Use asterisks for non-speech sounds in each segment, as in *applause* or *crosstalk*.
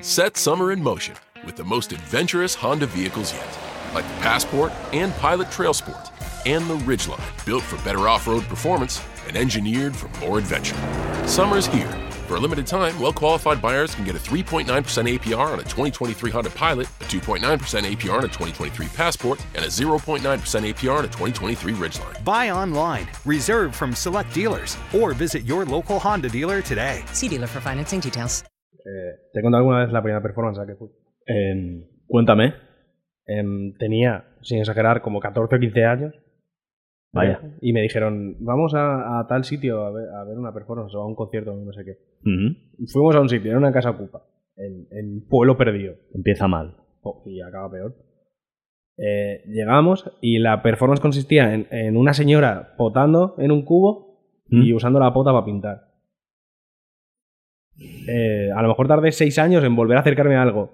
Set summer in motion with the most adventurous Honda vehicles yet, like the Passport and Pilot Trail Sport, and the Ridgeline, built for better off road performance and engineered for more adventure. Summer's here. For a limited time, well qualified buyers can get a 3.9% APR on a 2023 Honda Pilot, a 2.9% APR on a 2023 Passport, and a 0.9% APR on a 2023 Ridgeline. Buy online, reserve from select dealers, or visit your local Honda dealer today. See dealer for financing details. Eh, te he contado alguna vez la primera performance a la que fui. Em, cuéntame. Em, tenía, sin exagerar, como 14 o 15 años. Vaya. Y me dijeron, vamos a, a tal sitio a ver, a ver una performance o a un concierto o no sé qué. Ujú. Fuimos a un sitio, era una casa ocupa, en, en Pueblo Perdido. Empieza mal. Po, y acaba peor. Eh, llegamos y la performance consistía en, en una señora potando en un cubo y Mm. usando la pota para pintar. Eh, a lo mejor tardé seis años en volver a acercarme a algo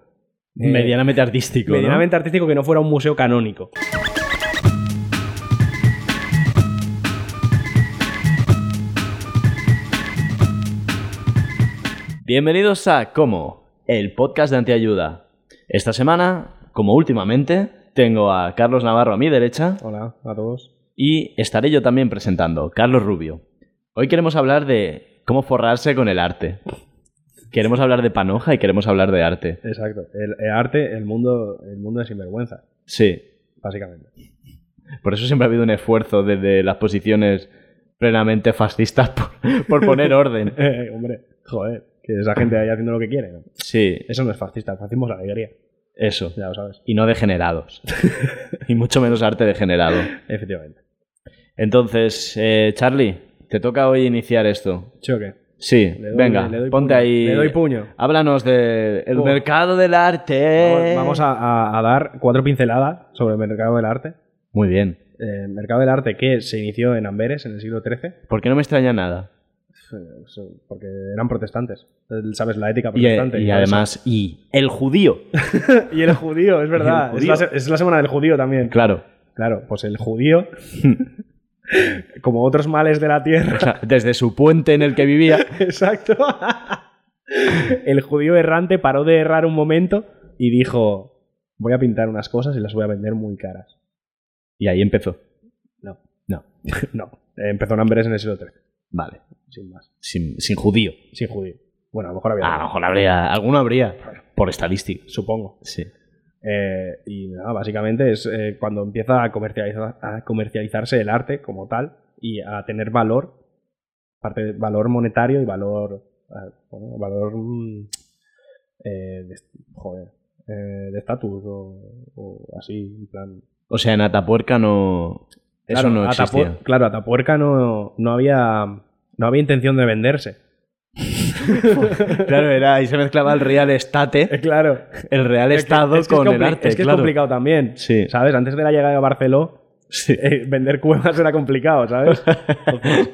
Eh, medianamente artístico. ¿no? medianamente artístico que no fuera un museo canónico. Bienvenidos a Como, el podcast de Antiayuda. Esta semana, como últimamente, tengo a Carlos Navarro a mi derecha Hola a todos. y estaré yo también presentando, Carlos Rubio. Hoy queremos hablar de cómo forrarse con el arte. Queremos hablar de panoja y queremos hablar de arte. Exacto. El, el arte, el mundo, el mundo de sinvergüenza, Sí, básicamente. Por eso siempre ha habido un esfuerzo desde las posiciones plenamente fascistas por, *laughs* por poner orden. Eh, hombre, joder, que esa gente ahí haciendo lo que quiere. ¿no? Sí, Eso no es fascista, fascismo es alegría, eso. ya lo sabes. Y *laughs* no degenerados. y mucho menos arte degenerado. Efectivamente. Entonces, eh, Charlie, te toca hoy iniciar esto. Choque. Sí, Le doy- venga, le doy ponte puño, ahí. le doy puño. Háblanos del Oh. mercado del arte. Vamos, vamos a, a- a dar cuatro pinceladas sobre el mercado del arte. Muy bien. Eh, El mercado del arte que se inició en Amberes en el siglo XIII, ¿Por qué no me extraña nada? eh, eso, porque eran protestantes. El- Sabes, la ética Y, eh, protestante. y todo además, y el judío. eso. Y el judío, es verdad. el Es, la, judío. se- es la semana del judío también. Claro. Claro, pues el judío, *laughs* como otros males de la tierra. *laughs* O sea, desde su puente en el que vivía. Exacto. El judío errante paró de errar un momento y dijo: Voy a pintar unas cosas y las voy a vender muy caras. *laughs* Y ahí empezó. No. No. No, eh, empezó en Amberes en el siglo XIII, Vale. sin más. Sin, sin judío. Sin judío. Bueno, a lo mejor había. A lo mejor habría. Alguno habría. Por estadística. Supongo. Sí. Eh, y nada, básicamente es eh, cuando empieza a, comercializa- a comercializarse el arte como tal y a tener valor, parte de valor monetario y valor. ah, bueno, valor. mm, eh, de, joder. eh, de estatus o, o así, en plan. O sea, en Atapuerca no. Eso Claro, no Atapu- existía. claro, Atapuerca no, no había. No había intención de venderse. *laughs* *laughs* Claro, era. Ahí se mezclaba el real estate. claro. El real Es que- estado es que es con el compli- arte. Es que claro. es complicado también. Sí. ¿Sabes? Antes de la llegada de Barceló, eh, vender cuevas era complicado, *laughs* ¿sabes? Entonces,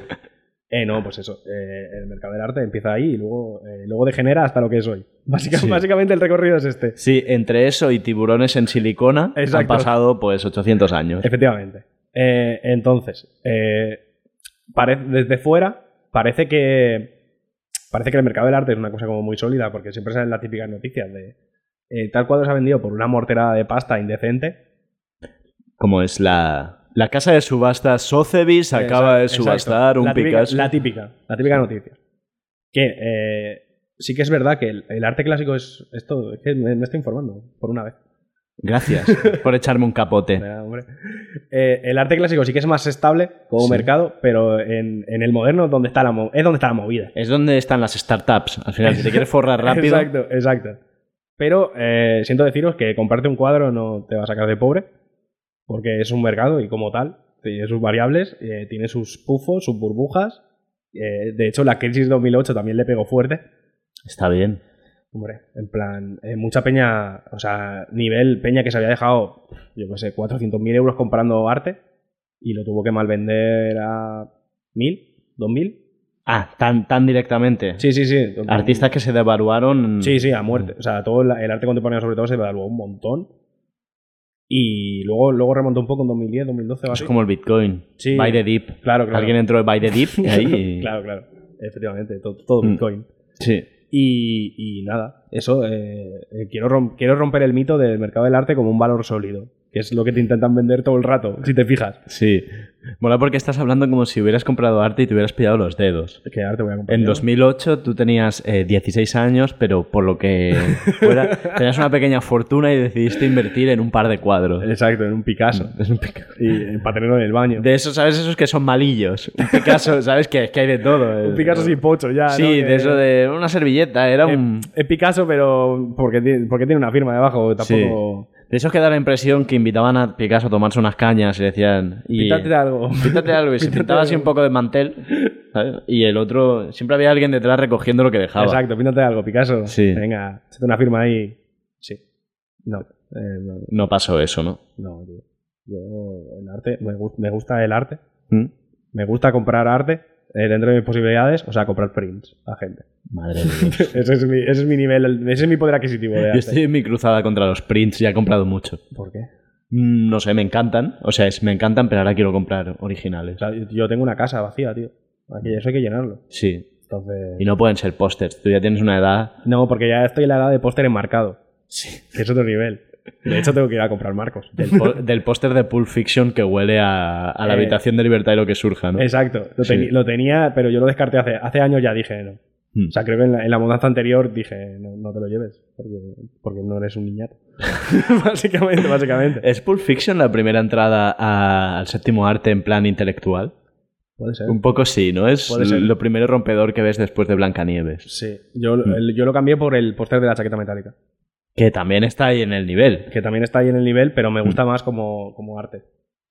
eh, no, pues eso. eh, el mercado del arte empieza ahí y luego, eh, luego degenera hasta lo que es hoy. Básica- Sí. Básicamente el recorrido es este. Sí, entre eso y tiburones en silicona han Exacto. pasado pues 800 años. Efectivamente. Eh, entonces, eh, parece- desde fuera parece que parece que el mercado del arte es una cosa como muy sólida porque siempre salen las típicas noticias de eh, tal cuadro se ha vendido por una morterada de pasta indecente Como es la, la casa de subastas Sotheby's acaba de Exacto. subastar un la típica, Picasso. La típica, la típica noticia. Que eh, sí que es verdad que el, el arte clásico es esto. Es que me, me estoy informando por una vez. Gracias *laughs* por echarme un capote. Nada, hombre. Eh, el arte clásico sí que es más estable como Sí. mercado, pero en, en el moderno es donde está la, mo- es donde está la movida. Es donde están las startups. Al final, si te quieres forrar rápido. Exacto, exacto. Pero eh, siento deciros que comprarte un cuadro no te va a sacar de pobre, porque es un mercado y como tal, tiene sus variables, eh, tiene sus pufos, sus burbujas. Eh, de hecho, la crisis 2008 también le pegó fuerte. Está bien. Hombre, en plan, eh, mucha peña, o sea, nivel peña que se había dejado, yo qué sé, 400.000 euros comprando arte y lo tuvo que malvender a 1.000, 2.000. Ah, tan, tan directamente. Sí, sí, sí. Artistas que se devaluaron. Sí, sí, a Mm. muerte. O sea, todo el el arte contemporáneo sobre todo se devaluó un montón. Y luego, luego remontó un poco en 2010, 2012 o Es así. como el Bitcoin. Sí. Buy the dip. *laughs* Claro, claro. Alguien entró en Buy the dip y ahí. Claro, claro. Efectivamente, todo, todo Mm. Bitcoin. Sí. Y, y nada, eso, eh, eh, quiero, rom- quiero romper el mito del mercado del arte como un valor sólido, que es lo que te intentan vender todo el rato, si te fijas. Sí. Mola porque estás hablando como si hubieras comprado arte y te hubieras pillado los dedos. Que ahora te voy a comprar. En yo. 2008 tú tenías eh, 16 años, pero por lo que *laughs* fuera, tenías una pequeña fortuna y decidiste invertir en un par de cuadros. Exacto, en un Picasso. Es Mm, un pecado. Y eh, para tenerlo en el baño. De esos, ¿sabes? Esos que son malillos. Un *laughs* Picasso, ¿sabes? Que, que hay de todo. eh. un Picasso sin pocho, ya. Sí, ¿no? de Que- Eh, eso de una servilleta. Era un... Es Picasso, pero porque tiene, porque tiene una firma debajo, tampoco. Sí. De esos que da la impresión que invitaban a Picasso a tomarse unas cañas y le decían... Y, Píntate algo. Píntate algo. Y se Píntate pintaba así algo. un poco de mantel. ¿sabes? Y el otro... Siempre había alguien detrás recogiendo lo que *laughs* dejaba. Exacto, píntate algo, Picasso. Sí. Venga, hazte una firma ahí. Sí. No, eh, no, No pasó eso, ¿no? no, tío. Yo, el arte, me, gu- me gusta el arte. ¿Mm? Me gusta comprar arte eh, dentro de mis posibilidades, o sea, comprar prints a gente. *laughs* Madre mía. ese, es mi, ese es mi nivel, ese es mi poder adquisitivo de *laughs* Yo arte. estoy en mi cruzada contra los prints y he comprado mucho. ¿Por qué? Mm, No sé, me encantan. O sea, es- me encantan, pero ahora quiero comprar O originales. sea, yo- yo tengo una casa vacía, tío. Aquí, eso hay que llenarlo. Sí. Entonces. Y no pueden ser pósters. Tú ya tienes una edad. No, porque ya estoy en la edad de póster enmarcado. Sí. Que es otro nivel. De hecho, tengo que ir a comprar marcos. *laughs* Del po- del póster de Pulp Fiction que huele a, a la Eh, habitación de libertad y lo que surja, ¿no? Exacto. Lo, teni- Sí. lo tenía, pero yo lo descarté hace, hace años ya dije no. Mm. O sea, creo que en la, en la mudanza anterior dije no, no te lo lleves. Porque, porque no eres un niñato. *laughs* básicamente, básicamente. *laughs* ¿Es Pulp Fiction la primera entrada a- al séptimo arte en plan intelectual? Puede ser. Un poco sí, ¿no? Es ¿eh? Puede ser. lo primero rompedor que ves después de Blancanieves. Sí. Yo, el- yo lo cambié por el póster de la chaqueta metálica. Que también está ahí en el nivel. Que también está ahí en el nivel, pero me gusta más como, como arte.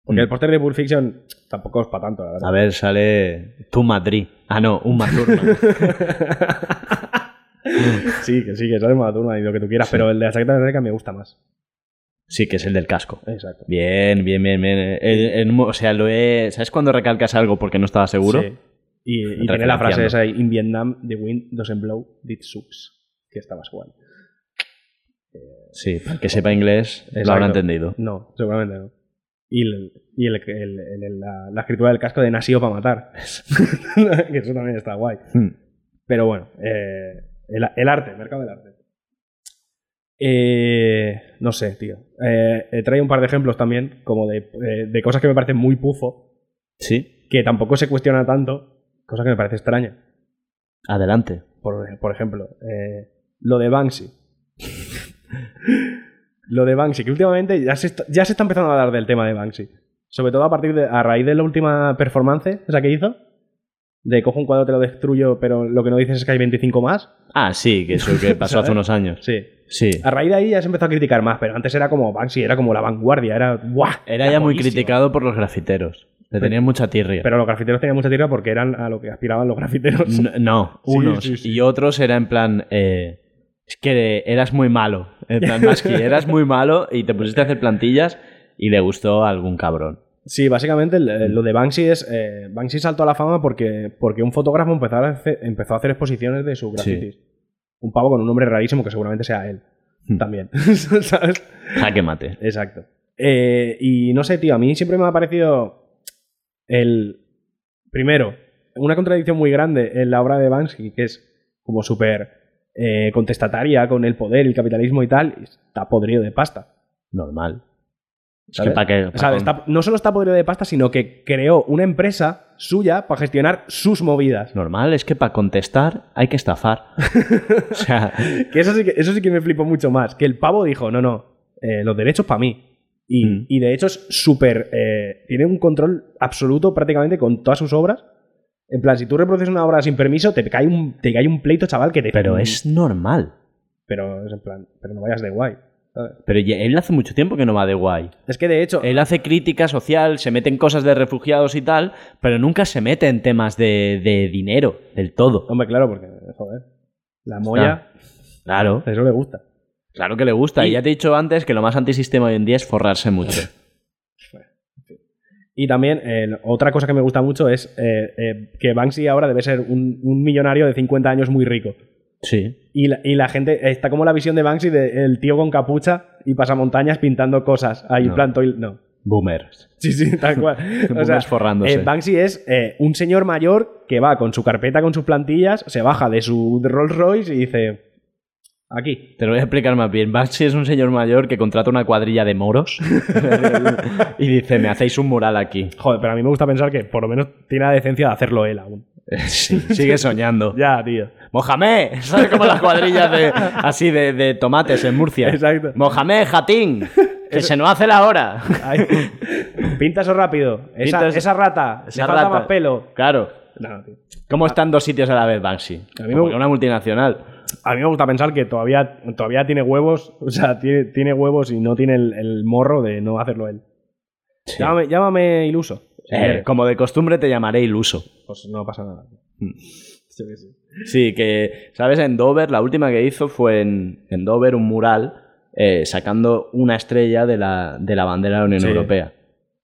Porque Mm. el póster de Pulp Fiction tampoco es para tanto, la verdad. A ver, sale tu Madrid. Ah, no, *laughs* un Mazurman. Ah. Sí, que sí, que sale Madonna y lo que tú quieras, pero el de la chaqueta metálica me gusta más. Sí, que es el del casco. Exacto. Bien, bien, bien, bien. El- el mo- o sea, lo he... ¿Sabes cuando recalcas algo porque no estaba seguro? Sí. Y, y tiene la Referenciando. frase esa, in Vietnam, the wind doesn't blow, it sucks. Que estaba guay. Sí, para el que sepa inglés Exacto. lo habrá entendido. No, seguramente no. Y, el- y el- el- el- la, la escritura del casco de nacido para matar. *laughs* que eso también está guay. Hmm. Pero bueno, eh, el, el arte, el mercado del arte. Eh, no sé, tío. Eh, eh, trae un par de ejemplos también, como de, eh, de cosas que me parecen muy pufo, Sí, que tampoco se cuestiona tanto, cosa que me parece extraña. adelante. Por, por ejemplo, eh, lo de Banksy. *laughs* lo de Banksy, que últimamente ya se, está, ya se está empezando a hablar del tema de Banksy. Sobre todo a partir de, a raíz de la última performance, esa que hizo. De cojo un cuadro, te lo destruyo, pero lo que no dices es que hay 25 más. Ah, sí, que eso *laughs* que pasó hace unos años. Sí. Sí. A raíz de ahí ya se empezó a criticar más, pero antes era como Banksy, era como la vanguardia, era ¡buah! Era ya muy buenísimo. criticado por los grafiteros. Le tenían mucha tirria. Pero los grafiteros tenían mucha tira porque eran a lo que aspiraban los grafiteros. N- no, Sí, unos. sí, sí. Y otros era en plan. eh, es que eras muy malo. En plan, *laughs* más que eras muy malo y te pusiste a hacer plantillas y le gustó a algún cabrón. Sí, básicamente el- lo de Banksy es. eh, Banksy saltó a la fama porque, porque un fotógrafo empezó a, hacer, empezó a hacer exposiciones de sus grafitis. Un pavo con un nombre rarísimo que seguramente sea él. Hmm. También. *laughs* ¿Sabes? Jaque mate. Exacto. Eh, y no sé, tío, a mí siempre me ha parecido el. Primero, una contradicción muy grande en la obra de Banksy, que es como súper eh, contestataria con el poder, el capitalismo y tal. y está podrido de pasta. Normal. Es que ¿Sabes? para que. pa' O sea, con- está- no solo está podrido de pasta, sino que creó una empresa suya para gestionar sus movidas. Normal es que para contestar hay que estafar. *laughs* o sea, Que eso sí que, eso sí que me flipó mucho más. Que el pavo dijo, no, no, eh, los derechos para mí. Y, Mm. y de hecho es súper... eh, tiene un control absoluto prácticamente con todas sus obras. En plan, si tú reproduces una obra sin permiso, te cae un, te cae un pleito, chaval, que te... Mm. pero es normal. Pero es en plan, pero no vayas de guay. ¿sabes? Pero ya- él hace mucho tiempo que no va de guay. Es que de hecho... Él hace crítica social, se mete en cosas de refugiados y tal, pero nunca se mete en temas de, de dinero, del todo. Hombre, claro, porque, joder, la moya, Claro, eso le gusta. claro que le gusta. Y, Y- ya te he dicho antes que lo más antisistema hoy en día es *laughs* forrarse mucho. Y también eh, otra cosa que me gusta mucho es eh, eh, que Banksy ahora debe ser un, un millonario de 50 años muy rico. Sí. Y la, y la gente, está como la visión de Banksy del tío con capucha y pasamontañas pintando cosas. Ahí No. planto y... No, Boomers. Sí, sí, tal *laughs* cual. O sea, *laughs* Boomers forrándose. eh, Banksy es eh, un señor mayor que va con su carpeta, con sus plantillas, se baja de su Rolls Royce y dice, aquí. Te lo voy a explicar más bien. Banksy es un señor mayor que contrata una cuadrilla de moros *laughs* *laughs* y dice, me hacéis un mural aquí. Joder, pero a mí me gusta pensar que por lo menos tiene la decencia de hacerlo él aún. Sí, sigue *laughs* soñando. Ya, tío. ¡Mohamed! *laughs* ¿Sabes como las cuadrillas de, así de, de tomates en Murcia? Exacto. ¡Mohamed, Jatín! ¡Que se nos hace la hora! *laughs* Ay, pinta eso rápido. Esa, Pinta eso- esa rata, Esa le falta rata. más pelo. Claro. No, tío. ¿Cómo están dos sitios a la vez, Banksy? A mí me- Como que una multinacional. A mí me gusta pensar que todavía, todavía tiene huevos, o sea, tiene, tiene huevos y no tiene el, el morro de no hacerlo él. Llámame, llámame iluso. Eh, como de costumbre te llamaré iluso. Pues no pasa nada. Mm. Sí, sí. Sí, que, ¿sabes? En Dover, la última que hizo fue en, en Dover un mural eh, sacando una estrella de la, de la bandera de la Unión Sí. Europea.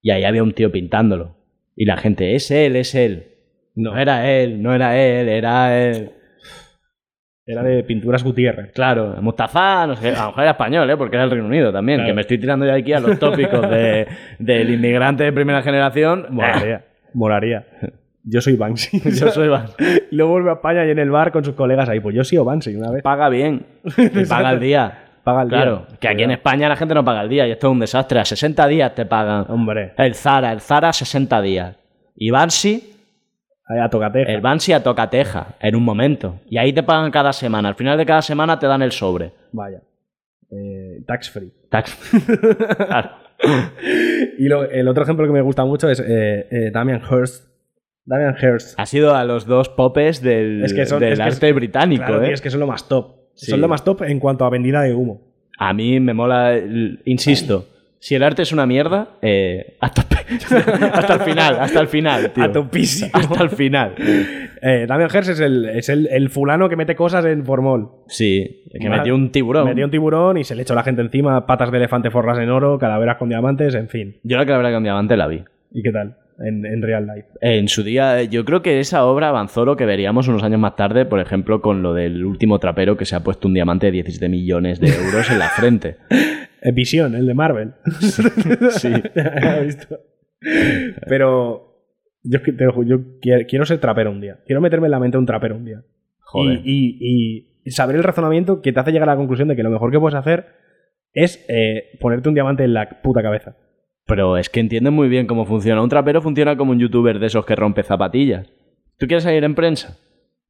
Y ahí había un tío pintándolo. Y la gente, es él, es él. No era él, no era él, era él. Era de Pinturas Gutiérrez. Claro, Mustafa, no sé, a lo mejor era español, ¿eh? porque era el Reino Unido también, Claro. que me estoy tirando ya aquí a los tópicos de, del inmigrante de primera generación. Ah, Molaría. Molaría. Yo soy *laughs* Banksy. yo soy Van- Y luego vuelve a España y en el bar con sus colegas ahí. Pues yo sí o Banksy una vez. Paga bien, y *laughs* paga el día. Paga el Claro, día. que aquí en España la gente no paga el día y esto es un desastre. A 60 días te pagan. Hombre, El Zara, el Zara 60 días. Y Bansi, ahí a tocateja. el Bansi a Tocateja, en un momento. Y ahí te pagan cada semana. Al final de cada semana te dan el sobre. Vaya. Eh, tax free. *laughs* Tax. Claro. Y lo- el otro ejemplo que me gusta mucho es eh, eh, Damian Hirst. Damian Hirst. Ha sido a los dos popes del, Es que son- del es que es- arte británico. Claro, ¿eh? tío, es que son lo más top. Sí. Son lo más top en cuanto a vendida de humo. A mí me mola, el- insisto. Si el arte es una mierda, eh, hasta, *laughs* hasta el final, hasta el final, tío. A topísimo. *laughs* Hasta el final. Eh, Damian Hirst es, el, es el, el fulano que mete cosas en formol. Sí, que Mal. metió un tiburón. Metió un tiburón y se le echó la gente encima, patas de elefante forras en oro, calaveras con diamantes, en fin. Yo la calavera con diamante la vi. ¿Y qué tal? En, en real life. En su día, eh, yo creo que esa obra avanzó lo que veríamos unos años más tarde, por ejemplo, con lo del último trapero que se ha puesto un diamante de 17 millones de euros en la *laughs* frente. Eh, Visión, el de Marvel. *laughs* Sí. *laughs* Ya he visto. Pero yo, es que te lo ju- yo qui- quiero ser trapero un día. Quiero meterme en la mente de un trapero un día. Joder. Y, y- y saber el razonamiento que te hace llegar a la conclusión de que lo mejor que puedes hacer es eh, ponerte un diamante en la puta cabeza. Pero es que entienden muy bien cómo funciona. Un trapero funciona como un youtuber de esos que rompe zapatillas. ¿Tú quieres salir en prensa?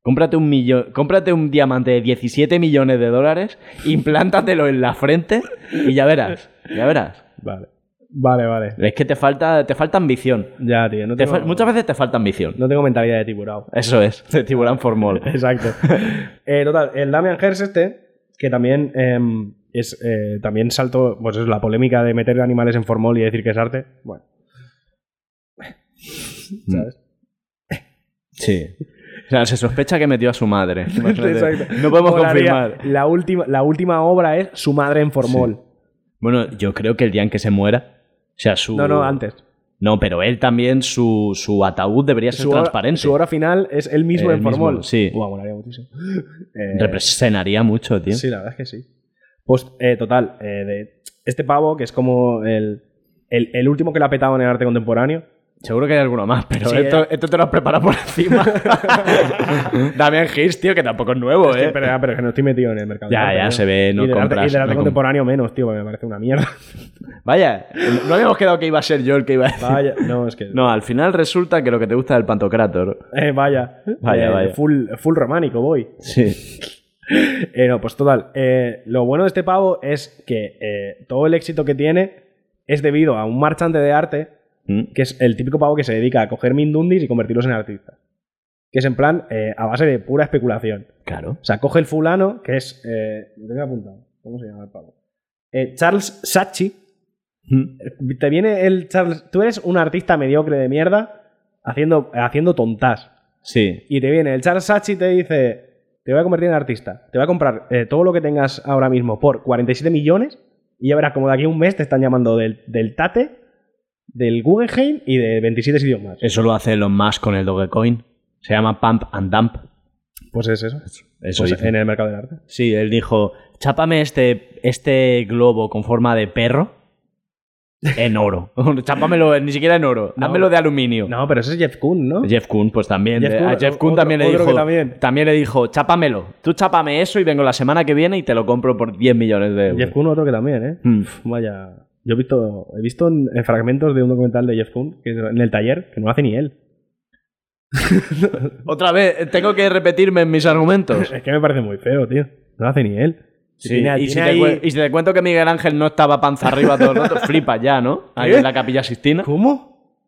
Cómprate un, millo- cómprate un diamante de 17 millones de dólares, implántatelo en la frente y ya verás. Ya verás. Vale. Vale, vale. Es que te falta, te falta ambición. Ya, tío. No Te tengo, fal- muchas veces te falta ambición. no tengo mentalidad de *laughs* tiburón. Eso es, de tiburón *laughs* formol. Exacto. Eh, total, el Damian Hirst este, que también em, es eh, también salto, pues es la polémica de meter animales en formol y decir que es arte. Bueno, ¿sabes? Mm. Sí. O sea, se sospecha que metió a su madre. *laughs* Imagínate. Exacto. No podemos Molaría, confirmar. La última, la última obra es Su madre en formol. Bueno, yo creo que el día en que se muera, o sea, su... No, no, antes. No, pero él también, su, su ataúd debería ser Su hora- transparente. su hora final es él mismo El en formol. mismo, sí. Buah, molaría *laughs* muchísimo. Eh, Representaría mucho, tío. Sí, la verdad es que sí. Pues, eh, total, eh, de este pavo, que es como el, el, el último que la ha petado en el arte contemporáneo. Seguro que hay alguno más, pero Sí, esto, eh. esto te lo has preparado por *laughs* encima. Damian Hirst, tío, que tampoco es nuevo, Es que, ¿eh? pero, ah, pero que no estoy metido en el mercado. Ya, del arte, ya, tío. se ve, no y del arte- compras, y del arte no comp- contemporáneo menos, tío, porque me parece una *laughs* mierda. Vaya, no habíamos quedado que iba a ser yo el que iba a decir. Vaya, no, es que. No, al final resulta que lo que te gusta es el Pantocrator. Eh, vaya. Vaya, Eh, vaya. Full, full románico, voy. Sí. Eh, no, pues total. eh, lo bueno de este pavo es que eh, todo el éxito que tiene es debido a un marchante de arte, ¿Mm? que es el típico pavo que se dedica a coger mindundis y convertirlos en artistas. Que es en plan eh, a base de pura especulación. Claro. O sea, coge el fulano, que es. Eh, lo tengo apuntado. ¿Cómo se llama el pavo? Eh, Charles Sachi. Te viene el Charles. Tú eres un artista mediocre de mierda haciendo, haciendo tontas. Sí. Y te viene el Charles Sachi y te dice: Te voy a convertir en artista. Te voy a comprar eh, todo lo que tengas ahora mismo por 47 millones. Y ya verás como de aquí a un mes te están llamando del, del Tate, del Guggenheim y de 27 sitios más. Eso lo hace Elon Musk con el Dogecoin. Se llama Pump and Dump. Pues es eso. Eso Pues dice. en el mercado del arte. Sí, él dijo, chápame este, este globo con forma de perro En oro. *laughs* Chápamelo, ni siquiera en oro. No. Dámelo de aluminio. No, pero ese es Jeff Koons, ¿no? Jeff Koons, pues también. Jeff de- Koons, a Jeff o- Koons otro- también le otro dijo. que también. le dijo, chápamelo. Tú chápame eso y vengo la semana que viene y te lo compro por 10 millones de euros. Jeff Koons otro que también, ¿eh? Mm. Pf, Vaya. Yo he visto, he visto en- en fragmentos de un documental de Jeff Koons que- en el taller que no hace ni él. Otra vez, tengo que repetirme en mis argumentos. Es que me parece muy feo, tío. No hace ni él. Sí, y, si te cue- y si te cuento que Miguel Ángel no estaba panza arriba todo *laughs* el rato, flipa ya, ¿no? Ahí ¿Eh? en la capilla Sistina. ¿Cómo?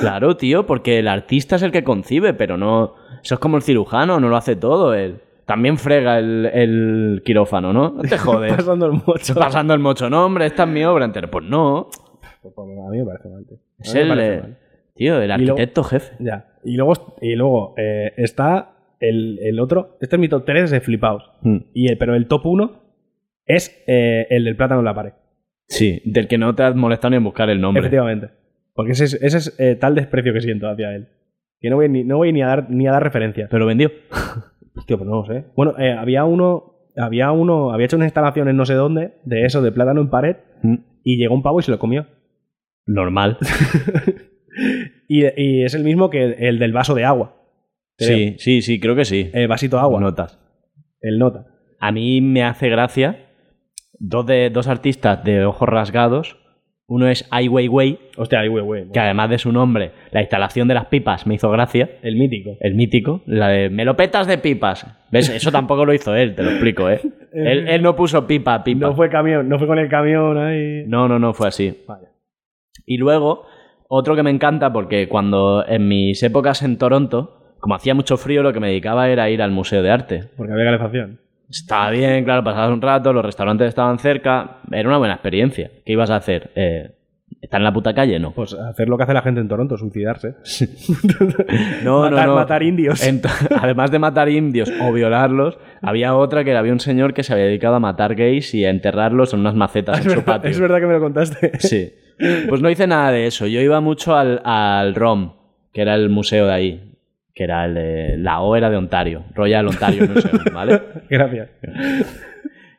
Claro, tío, porque el artista es el que concibe, pero no. Eso es como el cirujano, no lo hace todo él. También frega el, el quirófano, ¿no? *laughs* No te jodes. Pasando el mocho. Pasando el mocho, no, hombre, esta es mi obra entera. Pues no. Pues, pues, A mí me parece mal, tío. A Es mí me el. parece eh, mal. Tío, el Y luego- arquitecto jefe. Ya. Y luego, y luego eh, está el, el otro. Este es mi top 3 de flipaos. Y el- pero el top 1 es eh, el del plátano en la pared. Sí, del que no te has molestado ni en buscar el nombre. Efectivamente. Porque ese es, ese es eh, tal desprecio que siento hacia él. Que no voy ni, no voy ni a dar ni a dar referencias. Pero vendió. *laughs* Hostia, pues no lo sé. Bueno, eh, había uno. Había uno. Había hecho unas instalaciones no sé dónde. De eso, de plátano en pared. Y llegó un pavo y se lo comió. *laughs* Normal. Y, y es el mismo que el, el del vaso de agua. *laughs* creo. Sí, sí, sí, creo que sí. El vasito de agua. Notas. El nota. A mí me hace gracia dos, de, dos artistas de ojos rasgados. Uno es Ai Weiwei, Hostia, ahí, güey, güey. que además de su nombre, la instalación de las pipas me hizo gracia. El mítico. El mítico, la de melopetas de pipas. *laughs* ¿Ves? Eso tampoco lo hizo él, te lo explico, ¿eh? Él, él no puso pipa, pipa. No fue camión, no fue con el camión ahí. no, no, no fue así. Vaya. Y luego, otro que me encanta, porque cuando en mis épocas en Toronto, como hacía mucho frío, lo que me dedicaba era ir al Museo de Arte. Porque había calefacción. Estaba bien, claro, pasabas un rato, los restaurantes estaban cerca, era una buena experiencia. ¿Qué ibas a hacer? Eh, ¿Estar en la puta calle? No. Pues hacer lo que hace la gente en Toronto, *laughs* suicidarse. No, matar, no, no. matar indios. Ento- *laughs* además de matar indios o violarlos, había otra que era- había un señor que se había dedicado a matar gays y a enterrarlos en unas macetas en su patio. Es verdad que me lo contaste. Sí. Pues no hice nada de eso. Yo iba mucho al, al ROM, que era el museo de ahí. Que era el de- la O era de Ontario, Royal Ontario Museum, ¿vale? *laughs* Gracias.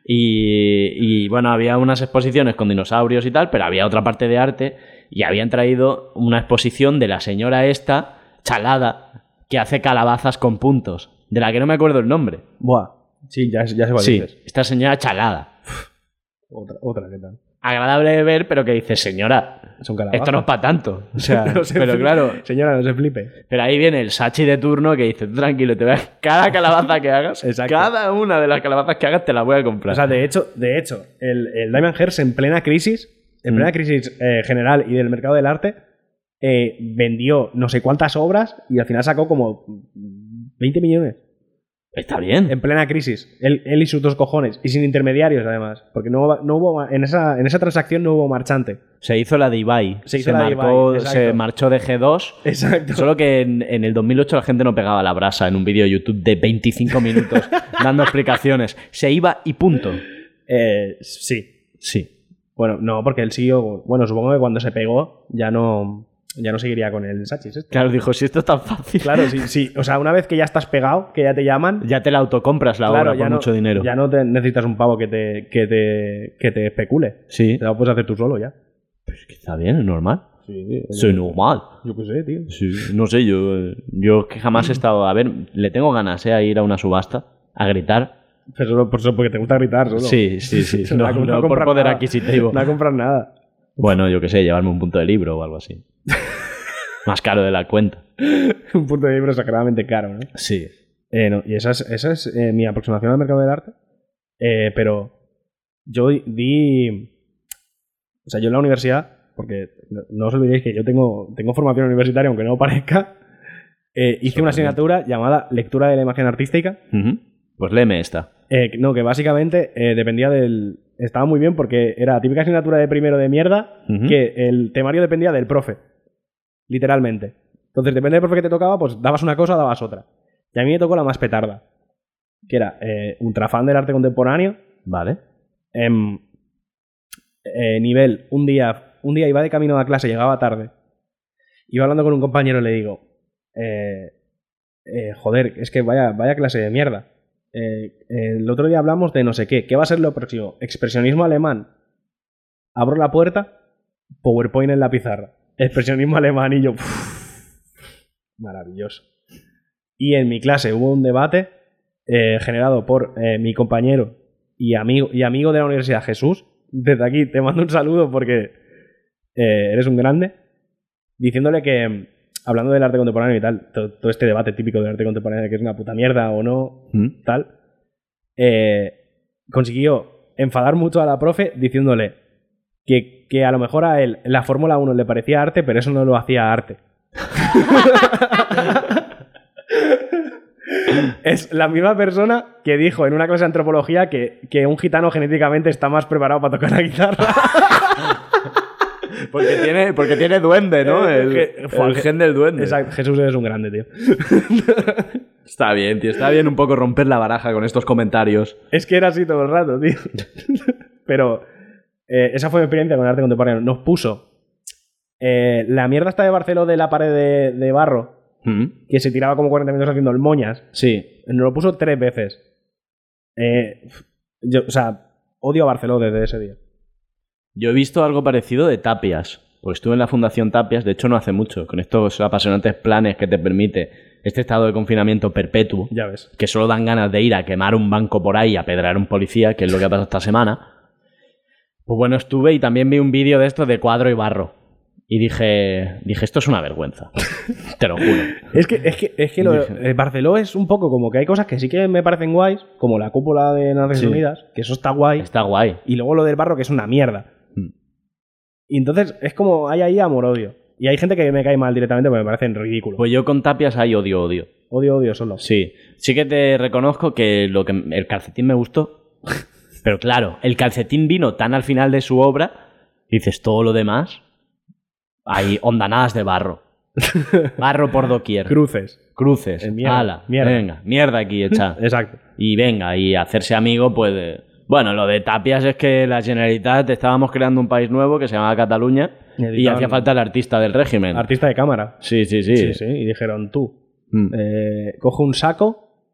Y, y, bueno, había unas exposiciones con dinosaurios y tal, pero había otra parte de arte y habían traído una exposición de la señora esta, chalada, que hace calabazas con puntos, de la que no me acuerdo el nombre. Buah. Sí, ya, ya se va Sí, esta señora chalada. Otra, otra, ¿qué tal? Agradable de ver, pero que dice, señora, Son calabazas. esto no *laughs* es para tanto. O *laughs* sea, No se pero flipe. claro, Señora, no se flipe. pero ahí viene el Sachi de turno que dice, "Tú tranquilo, te voy a- cada calabaza que hagas, Exacto. cada una de las calabazas que hagas te la voy a comprar. O sea, de hecho, de hecho el, el Diamond Hearst en plena crisis, en Mm. plena crisis eh, general y del mercado del arte, eh, vendió no sé cuántas obras y al final sacó como 20 millones. Está bien. En plena crisis. Él, él y sus dos cojones. Y sin intermediarios, además. Porque no, no hubo. ma- En esa, en esa transacción no hubo marchante. Se hizo la de Ibai. Se hizo la de marcó- Ibai, exacto. se marchó de G2. Exacto. Solo que en, en el 2008 la gente no pegaba la brasa en un vídeo de YouTube de *laughs* 25 minutos dando explicaciones. Se iba y punto. Eh, sí. Sí. Bueno, no, porque él siguió. Bueno, supongo que cuando se pegó ya no. Ya no seguiría con el Sachis. este. Claro, dijo, si esto es tan fácil, Claro, sí, sí. O sea, una vez que ya estás pegado, que ya te llaman. ya te la autocompras la claro, obra por no- mucho dinero. Ya no te necesitas un pavo que te, que te, que te especule. Sí. Te lo puedes hacer tú solo ya. Pues que está bien, es normal. Sí, Soy normal. Yo qué sé, tío. Sí, no sé, yo, eh, yo es que jamás he estado... A ver, le tengo ganas eh, a ir a una subasta, a gritar. Pero solo por eso, porque te gusta gritar solo. Sí, *laughs* sí, sí. No No, va a no comprar por poder nada. adquisitivo. No compras nada. Bueno, yo qué sé, llevarme un punto de libro o algo *laughs* así. Más caro de la cuenta. *laughs* un punto de libro sacradamente caro, ¿no? Sí. Eh, no, y esa es, esa es eh, mi aproximación al mercado del arte. Eh, pero yo di. O sea, yo en la universidad, porque no, no os olvidéis que yo tengo, tengo formación universitaria, aunque no parezca, eh, hice una asignatura llamada Lectura de la Imagen Artística. Ujú. Pues léeme esta. Eh, no, que básicamente eh, dependía del. Estaba muy bien porque era la típica asignatura de primero de mierda Ujú. que el temario dependía del profe. Literalmente. Entonces, depende del profe que te tocaba, pues dabas una cosa, dabas otra. Y a mí me tocó la más petarda. Que era eh, ultrafan del arte contemporáneo. Vale. em, eh, nivel, un día, un día iba de camino a clase, llegaba tarde. Iba hablando con un compañero y le digo, eh, eh, joder, es que vaya, vaya clase de mierda. Eh, eh, el otro día hablamos de no sé qué. ¿Qué va a ser lo próximo? Expresionismo alemán. Abro la puerta, PowerPoint en la pizarra. Expresionismo alemán y yo. "Uf, maravilloso. Y en mi clase hubo un debate eh, generado por eh, mi compañero y amigo, y amigo de la Universidad Jesús. Desde aquí te mando un saludo porque eh, eres un grande. Diciéndole que, mm, hablando del arte contemporáneo y tal, to- todo este debate típico del arte contemporáneo, que es una puta mierda o no, tal, eh, consiguió enfadar mucho a la profe diciéndole que, que a lo mejor a él la Fórmula 1 le parecía arte, pero eso no lo hacía arte. es la misma persona que dijo en una clase de antropología que, que un gitano genéticamente está más preparado para tocar la guitarra. Porque tiene, porque tiene duende, ¿no? Eh, El, que- fue- el gen del duende. Exacto, Jesús eres un grande, tío. Está bien, tío. Está bien un poco romper la baraja con estos comentarios. Es que era así todo el rato, tío. *laughs* Pero eh, esa fue mi experiencia con el arte contemporáneo. Nos puso eh, la mierda está de Barceló de la pared de, de barro, ¿Mm? que se tiraba como 40 minutos haciendo el moñas. Sí. Nos lo puso tres veces. Eh, yo, o sea, odio a Barceló desde ese día. Yo he visto algo parecido de Tapias. Porque estuve en la Fundación Tapias, de hecho no hace mucho, con estos apasionantes planes que te permite este estado de confinamiento perpetuo, Ya ves. que solo dan ganas de ir a quemar un banco por ahí, a pedrar a un policía, que es lo que ha pasado esta semana. Pues bueno, estuve y también vi un vídeo de esto de cuadro y barro. Y dije, dije, esto es una vergüenza. *laughs* te lo juro. Es que, es que, es que lo- eh, Barceló es un poco como que hay cosas que sí que me parecen guays, como la cúpula de Naciones Sí. Unidas, que eso está guay. Está guay. y luego lo del barro que es una mierda. Mm. Y entonces es como hay ahí amor-odio. Y hay gente que me cae mal directamente porque me parecen ridículos. Pues yo con Tapias hay odio, odio. Odio, odio solo. Sí, sí que te reconozco que lo que el calcetín me gustó, pero claro, el calcetín vino tan al final de su obra, dices todo lo demás, hay ondanadas de barro, barro por doquier, Cruces. cruces, Eh, mierda, ala, mierda. Eh. venga, mierda aquí *laughs* hecha Exacto. y venga y hacerse amigo pues, de- bueno, lo de Tapias es que la Generalitat estábamos creando un país nuevo que se llamaba Cataluña y Necesitaban- hacía falta el artista del régimen. Artista de cámara. sí, sí, sí. Sí, sí. Y dijeron tú, Mm. eh, coge un saco,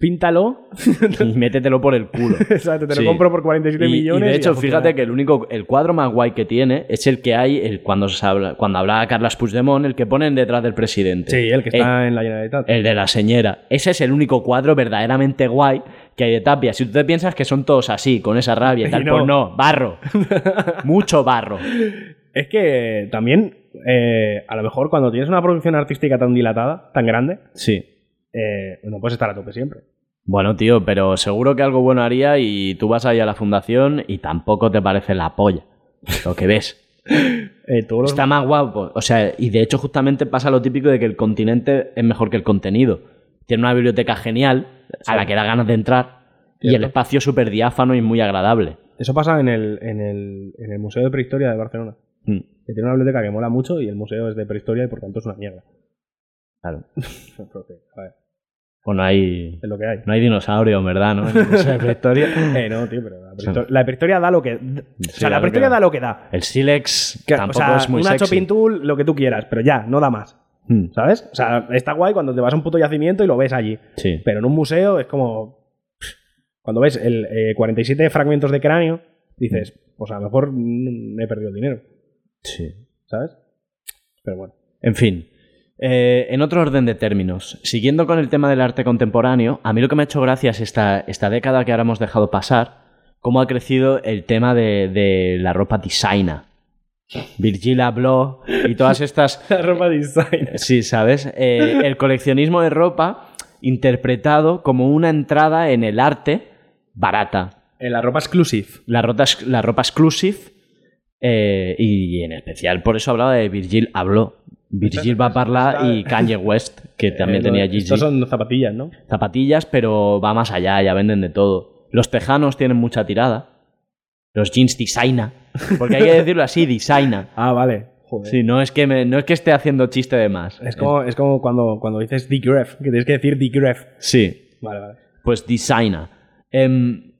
píntalo. *laughs* *laughs* Y métetelo por el culo. Exacto, te lo Sí. compro por 47 Y- millones. Y de hecho, a fíjate funcionar. que el único, el cuadro más guay que tiene es el que hay el, cuando se habla, cuando habla Carlas Puigdemont, el que ponen detrás del presidente. Sí, el que Eh, está en la Generalitat. el de la señora. Ese es el único cuadro verdaderamente guay que hay de Tapia. Si tú te piensas que son todos así, con esa rabia y Y tal, no. pues *laughs* no, barro. Mucho barro. Es que también, eh, a lo mejor cuando tienes una producción artística tan dilatada, tan grande, Sí. eh, no puedes estar a tope siempre. Bueno, tío, pero seguro que algo bueno haría y tú vas ahí a la fundación y tampoco te parece la polla lo que ves. Eh, todos los- Está más guapo. O sea, y de hecho, justamente pasa lo típico de que el continente es mejor que el contenido. Tiene una biblioteca genial a la que da ganas de entrar y el Cierto. espacio es súper diáfano y muy agradable. Eso pasa en el, en, el, en el Museo de Prehistoria de Barcelona. Mm, Que tiene una biblioteca que mola mucho y el museo es de prehistoria y por tanto es una mierda. Claro. Porque, a ver, Bueno, hay, es lo que hay. no hay dinosaurio, en *laughs* ¿verdad? ¿no? Eh, no, tío, pero la prehistoria, la prehistoria da lo que. o sea, da la lo prehistoria que da. da lo que da. El sílex Que, tampoco o sea, es muy un sexy. shopping tool, lo que tú quieras, pero ya, no da más. Mm, ¿Sabes? O sea, está guay cuando te vas a un puto yacimiento y lo ves allí. Sí. Pero en un museo es como. Cuando ves el eh, 47 fragmentos de cráneo, dices, pues a lo mejor mm, me he perdido el dinero, sí. ¿sabes? Pero bueno. En fin. eh, en otro orden de términos, siguiendo con el tema del arte contemporáneo, a mí lo que me ha hecho gracia es esta, esta década que ahora hemos dejado pasar, cómo ha crecido el tema de, de la ropa designa. Virgil Abloh y todas estas... La ropa design. Sí, ¿sabes? Eh, el coleccionismo de ropa interpretado como una entrada en el arte barata, En Eh, la ropa exclusive. la ropa, la ropa exclusive eh, y en especial por eso hablaba de Virgil habló Virgil va a parlar y Kanye West que también Eh, lo- tenía Gigi Estos son zapatillas, ¿no? zapatillas pero va más allá ya venden de todo los tejanos tienen mucha tirada los jeans designa porque hay que decirlo *laughs* así designa Ah, vale. Joder. sí no es que me- no es que esté haciendo chiste de más Es como, es como cuando, cuando dices Dick Ref, que tienes que decir Dick Ref. sí Vale, vale. pues designer. Em,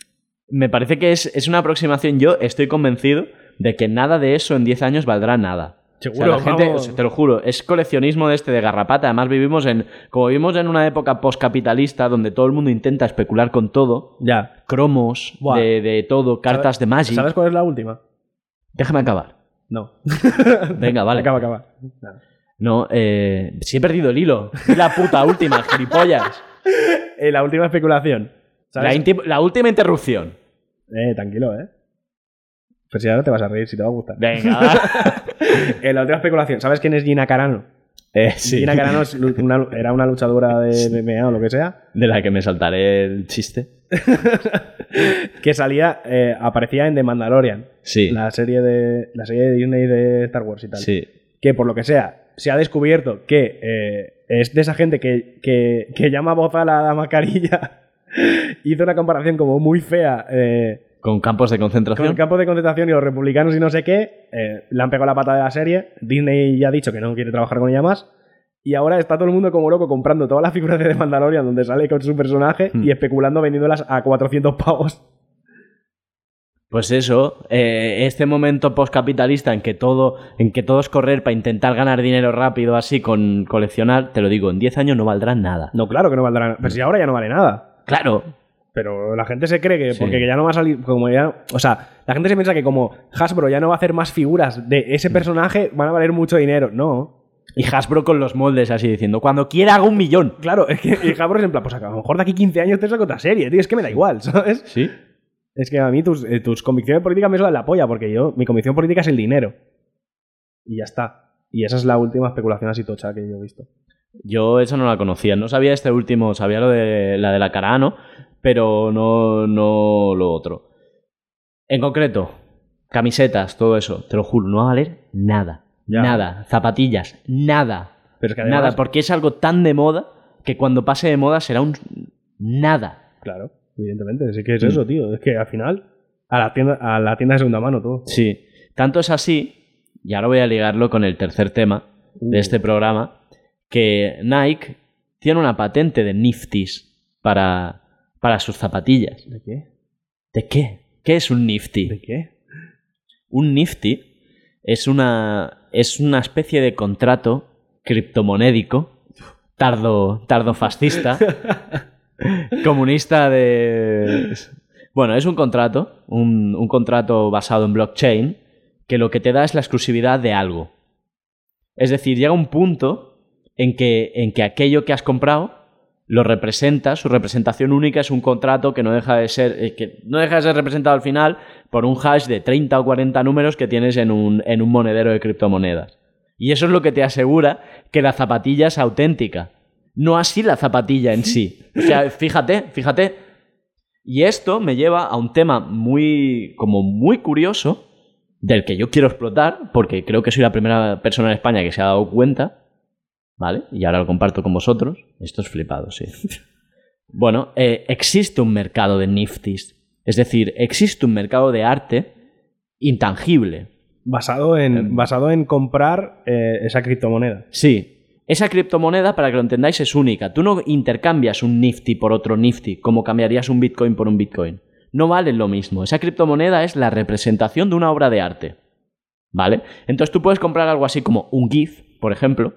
me parece que es, es una aproximación. Yo estoy convencido de que nada de eso en 10 años valdrá nada. Seguro, la gente, vamos. o sea, te lo juro, es coleccionismo de este de garrapata. Además, vivimos en, como vivimos en una época postcapitalista donde todo el mundo intenta especular con todo, Ya. cromos Buah. de, de todo, cartas de Magic. ¿Sabes cuál es la última? *laughs* Déjame acabar. No. Venga, vale. Acaba, acaba. Nada. No, eh, si he perdido el hilo. Di La puta última, *laughs* gilipollas. Eh, la última especulación. ¿sabes? La, inti- la última interrupción. Eh, tranquilo, ¿eh? Pero si ahora te vas a reír, si te va a gustar. *laughs* Venga. va. Eh, la última especulación. ¿Sabes quién es Gina Carano? Eh, sí. Gina Carano es lu- una- era una luchadora *laughs* de MMA o lo que sea, De la que me saltaré el chiste. que salía, eh, aparecía en The Mandalorian, Sí. la, serie de, la serie de Disney de Star Wars y tal. Sí. Que por lo que sea, se ha descubierto que eh, es de esa gente que, que, que llama a voz a la, la mascarilla. *laughs* Hizo una comparación como muy fea eh, Con campos de con concentración. el campo de concentración y los republicanos y no sé qué. eh, le han pegado la pata de la serie. Disney ya ha dicho que no quiere trabajar con ella más. Y ahora está todo el mundo como loco comprando todas las figuras de The Mandalorian donde sale con su personaje Hmm. y especulando vendiéndolas a 400 pavos. Pues eso, eh, este momento postcapitalista en que todo, en que todo es correr para intentar ganar dinero rápido así con coleccionar, te lo digo, en 10 años no valdrá nada. No, claro que no valdrán. Mm. Pero si ahora ya no vale nada. Claro, Pero la gente se cree que Sí. porque que ya no va a salir como ya, o sea, la gente se piensa que como Hasbro ya no va a hacer más figuras de ese personaje van a valer mucho dinero, no. y Hasbro con los moldes así diciendo, cuando quiera hago un millón. Claro, es que y Hasbro es en plan, pues a lo mejor de aquí 15 años te saco otra serie, tío, es que me da igual, ¿sabes? Sí. Es que a mí tus, eh, tus convicciones políticas me sudan la polla porque yo mi convicción política es el dinero. Y ya está. Y esa es la última especulación así tocha que yo he visto. Yo esa no la conocía, no sabía este último, sabía lo de la de la Carano, pero no, no lo otro. En concreto, camisetas, todo eso, te lo juro, no va a valer nada. Ya. Nada, zapatillas, nada. Pero es que además, Nada, porque es algo tan de moda que cuando pase de moda será un nada. claro, evidentemente, es Mm. que es eso, tío, es que al final a la tienda a la tienda de segunda mano todo. Sí. Tanto es así, y ahora voy a ligarlo con el tercer tema de Uh. este programa, que Nike tiene una patente de nifties para, para sus zapatillas. ¿De qué? ¿De qué? ¿Qué es un nifty? ¿De qué? Un nifty es una, es una especie de contrato criptomonédico, tardo, tardofascista, comunista de... Bueno, es un contrato, un, un contrato basado en blockchain, que lo que te da es la exclusividad de algo. Es decir, llega un punto en que, en que aquello que has comprado lo representa, su representación única es un contrato que no deja de ser, eh, que no deja de ser representado al final por un hash de 30 o 40 números que tienes en un, en un monedero de criptomonedas. Y eso es lo que te asegura que la zapatilla es auténtica. No así la zapatilla en sí. O sea, fíjate, fíjate. Y esto me lleva a un tema muy, como muy curioso, del que yo quiero explotar, porque creo que soy la primera persona en España que se ha dado cuenta. ¿Vale? Y ahora lo comparto con vosotros. Esto es flipado, sí. Bueno, eh, existe un mercado de nifties. Es decir, existe un mercado de arte intangible. Basado en, Em. basado en comprar eh, esa criptomoneda. Sí. Esa criptomoneda, para que lo entendáis, es única. Tú no intercambias un nifty por otro nifty, como cambiarías un bitcoin por un bitcoin. No valen lo mismo. Esa criptomoneda es la representación de una obra de arte. ¿Vale? Entonces tú puedes comprar algo así como un GIF, por ejemplo,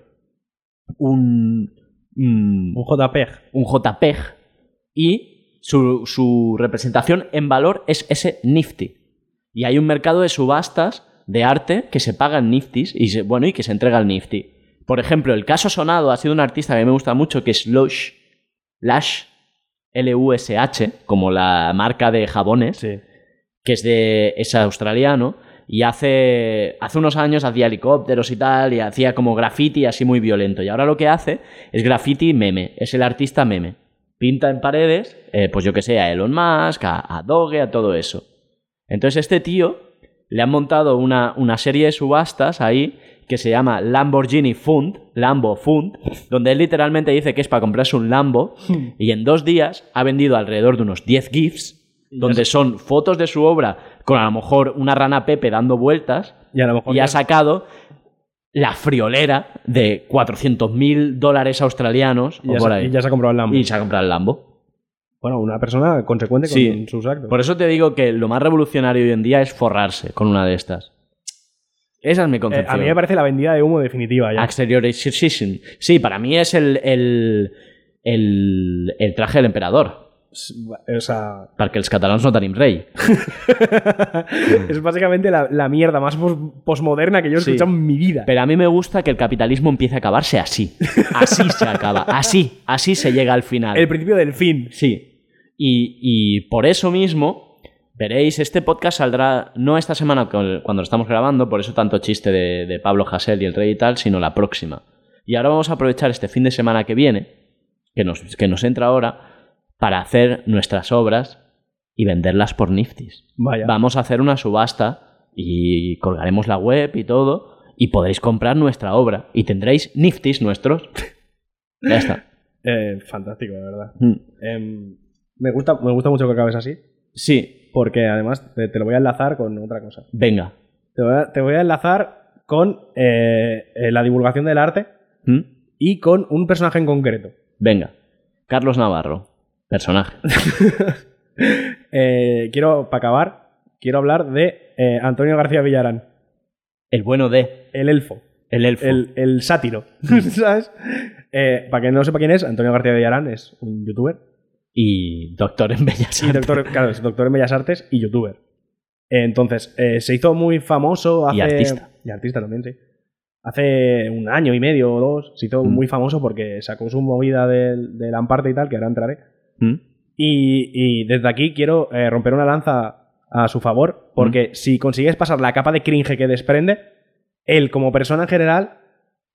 un, mm, Un JPEG. un JPEG y su, su representación en valor es ese Nifty. Y hay un mercado de subastas de arte que se pagan Nifties y se- bueno, y que se entrega al Nifty. Por ejemplo, el caso sonado ha sido un artista que a mí me gusta mucho que es Lush, Lush, L-U-S-H, como la marca de jabones Sí. que es de es australiano y hace hace unos años hacía helicópteros y tal y hacía como graffiti así muy violento y ahora lo que hace es graffiti meme es el artista meme pinta en paredes eh, pues yo que sé a Elon Musk a, a Doge a todo eso entonces este tío le han montado una, una serie de subastas ahí que se llama Lamborghini Fund, Lambo Fund, donde él literalmente dice que es para comprarse un Lambo y en dos días ha vendido alrededor de unos 10 GIFs, donde son fotos de su obra con a lo mejor una rana Pepe dando vueltas Y a lo mejor. y ya- ha sacado la friolera de 400 mil dólares australianos y o ya, por se- ahí. y ya se ha comprado el Lambo. Y se ha comprado el Lambo. Bueno, una persona consecuente Sí. con sus actos. Por eso te digo que lo más revolucionario hoy en día es forrarse con una de estas. Esa es mi Eh, concepción. a mí me parece la vendida de humo definitiva ya. Exteriorization. Sí, para mí es el, el, el, el traje del emperador. O sea, Perquè els catalans no tenim rei. es básicamente la, la mierda más pos- posmoderna que yo he Mm. Sí. escuchado en mi vida. Pero a mí me gusta que el capitalismo empiece a acabarse así. Así se acaba. Así. Así se llega al final. El principio del fin. Sí. Y, y por eso mismo, veréis, este podcast saldrá no esta semana con- cuando lo estamos grabando, por eso tanto chiste de, de Pablo Hasél y el rey y tal, sino la próxima. Y ahora vamos a aprovechar este fin de semana que viene, que nos, que nos entra ahora, para hacer nuestras obras y venderlas por niftis. Vaya. Vamos a hacer una subasta y colgaremos la web y todo, y podréis comprar nuestra obra y tendréis niftis nuestros. *laughs* Ya está. Eh, fantástico, la verdad. Mm. Em, me, gusta, me gusta mucho que acabes así, Sí, porque además te, te lo voy a enlazar con otra cosa. venga. Te voy a, te voy a enlazar con eh, eh, la divulgación del arte ¿Mm? y con un personaje en concreto. Venga, Carlos Navarro, personaje. Eh, quiero, para acabar, quiero hablar de eh, Antonio García Villarán, El bueno de, el elfo, el elfo. el, el sátiro, ¿sabes? para que no sepa quién es, Antonio García Villarán es un youtuber Y doctor en Bellas y Artes. doctor, claro, es doctor en Bellas Artes y youtuber. Eh, Entonces, eh, se hizo muy famoso hace... Y artista. Y artista también, sí. Hace un año y medio o dos se hizo Mm. muy famoso porque sacó su movida del, del Amparte y tal, que ahora entraré. ¿Mm? Y, y desde aquí quiero eh, romper una lanza a su favor, Mm. porque si consigues pasar la capa de cringe que desprende, él como persona en general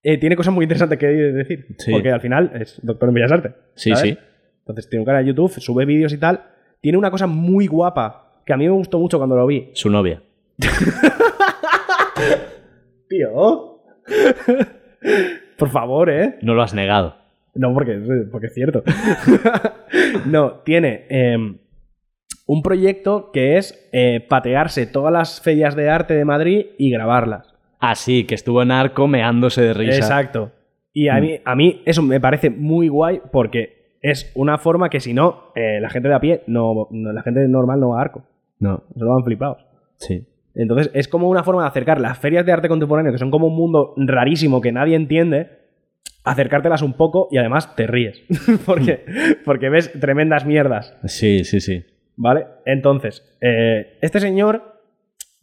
eh, tiene cosas muy interesantes que decir. Sí. Porque al final es doctor en Bellas Artes. Sí, ¿sabes? sí. Entonces tiene un canal de YouTube, sube vídeos y tal. Tiene una cosa muy guapa que a mí me gustó mucho cuando lo vi. Su novia. Tío. *laughs* Por favor, ¿eh? No lo has negado. No, porque, porque es cierto. *laughs* no, tiene eh, un proyecto que es eh, patearse todas las ferias de arte de Madrid y grabarlas. Ah, sí, que estuvo en arco meándose de risa. Exacto. Y a mí, a mí eso me parece muy guay porque es una forma que si no, eh, la gente de a pie, no, no- la gente normal no va a arco. No, Solo van flipados. sí. Entonces es como una forma de acercar las ferias de arte contemporáneo, que son como un mundo rarísimo que nadie entiende, acercártelas un poco y además te ríes. *laughs* porque, porque ves tremendas mierdas, Sí, sí, sí. ¿vale? Entonces, eh, este señor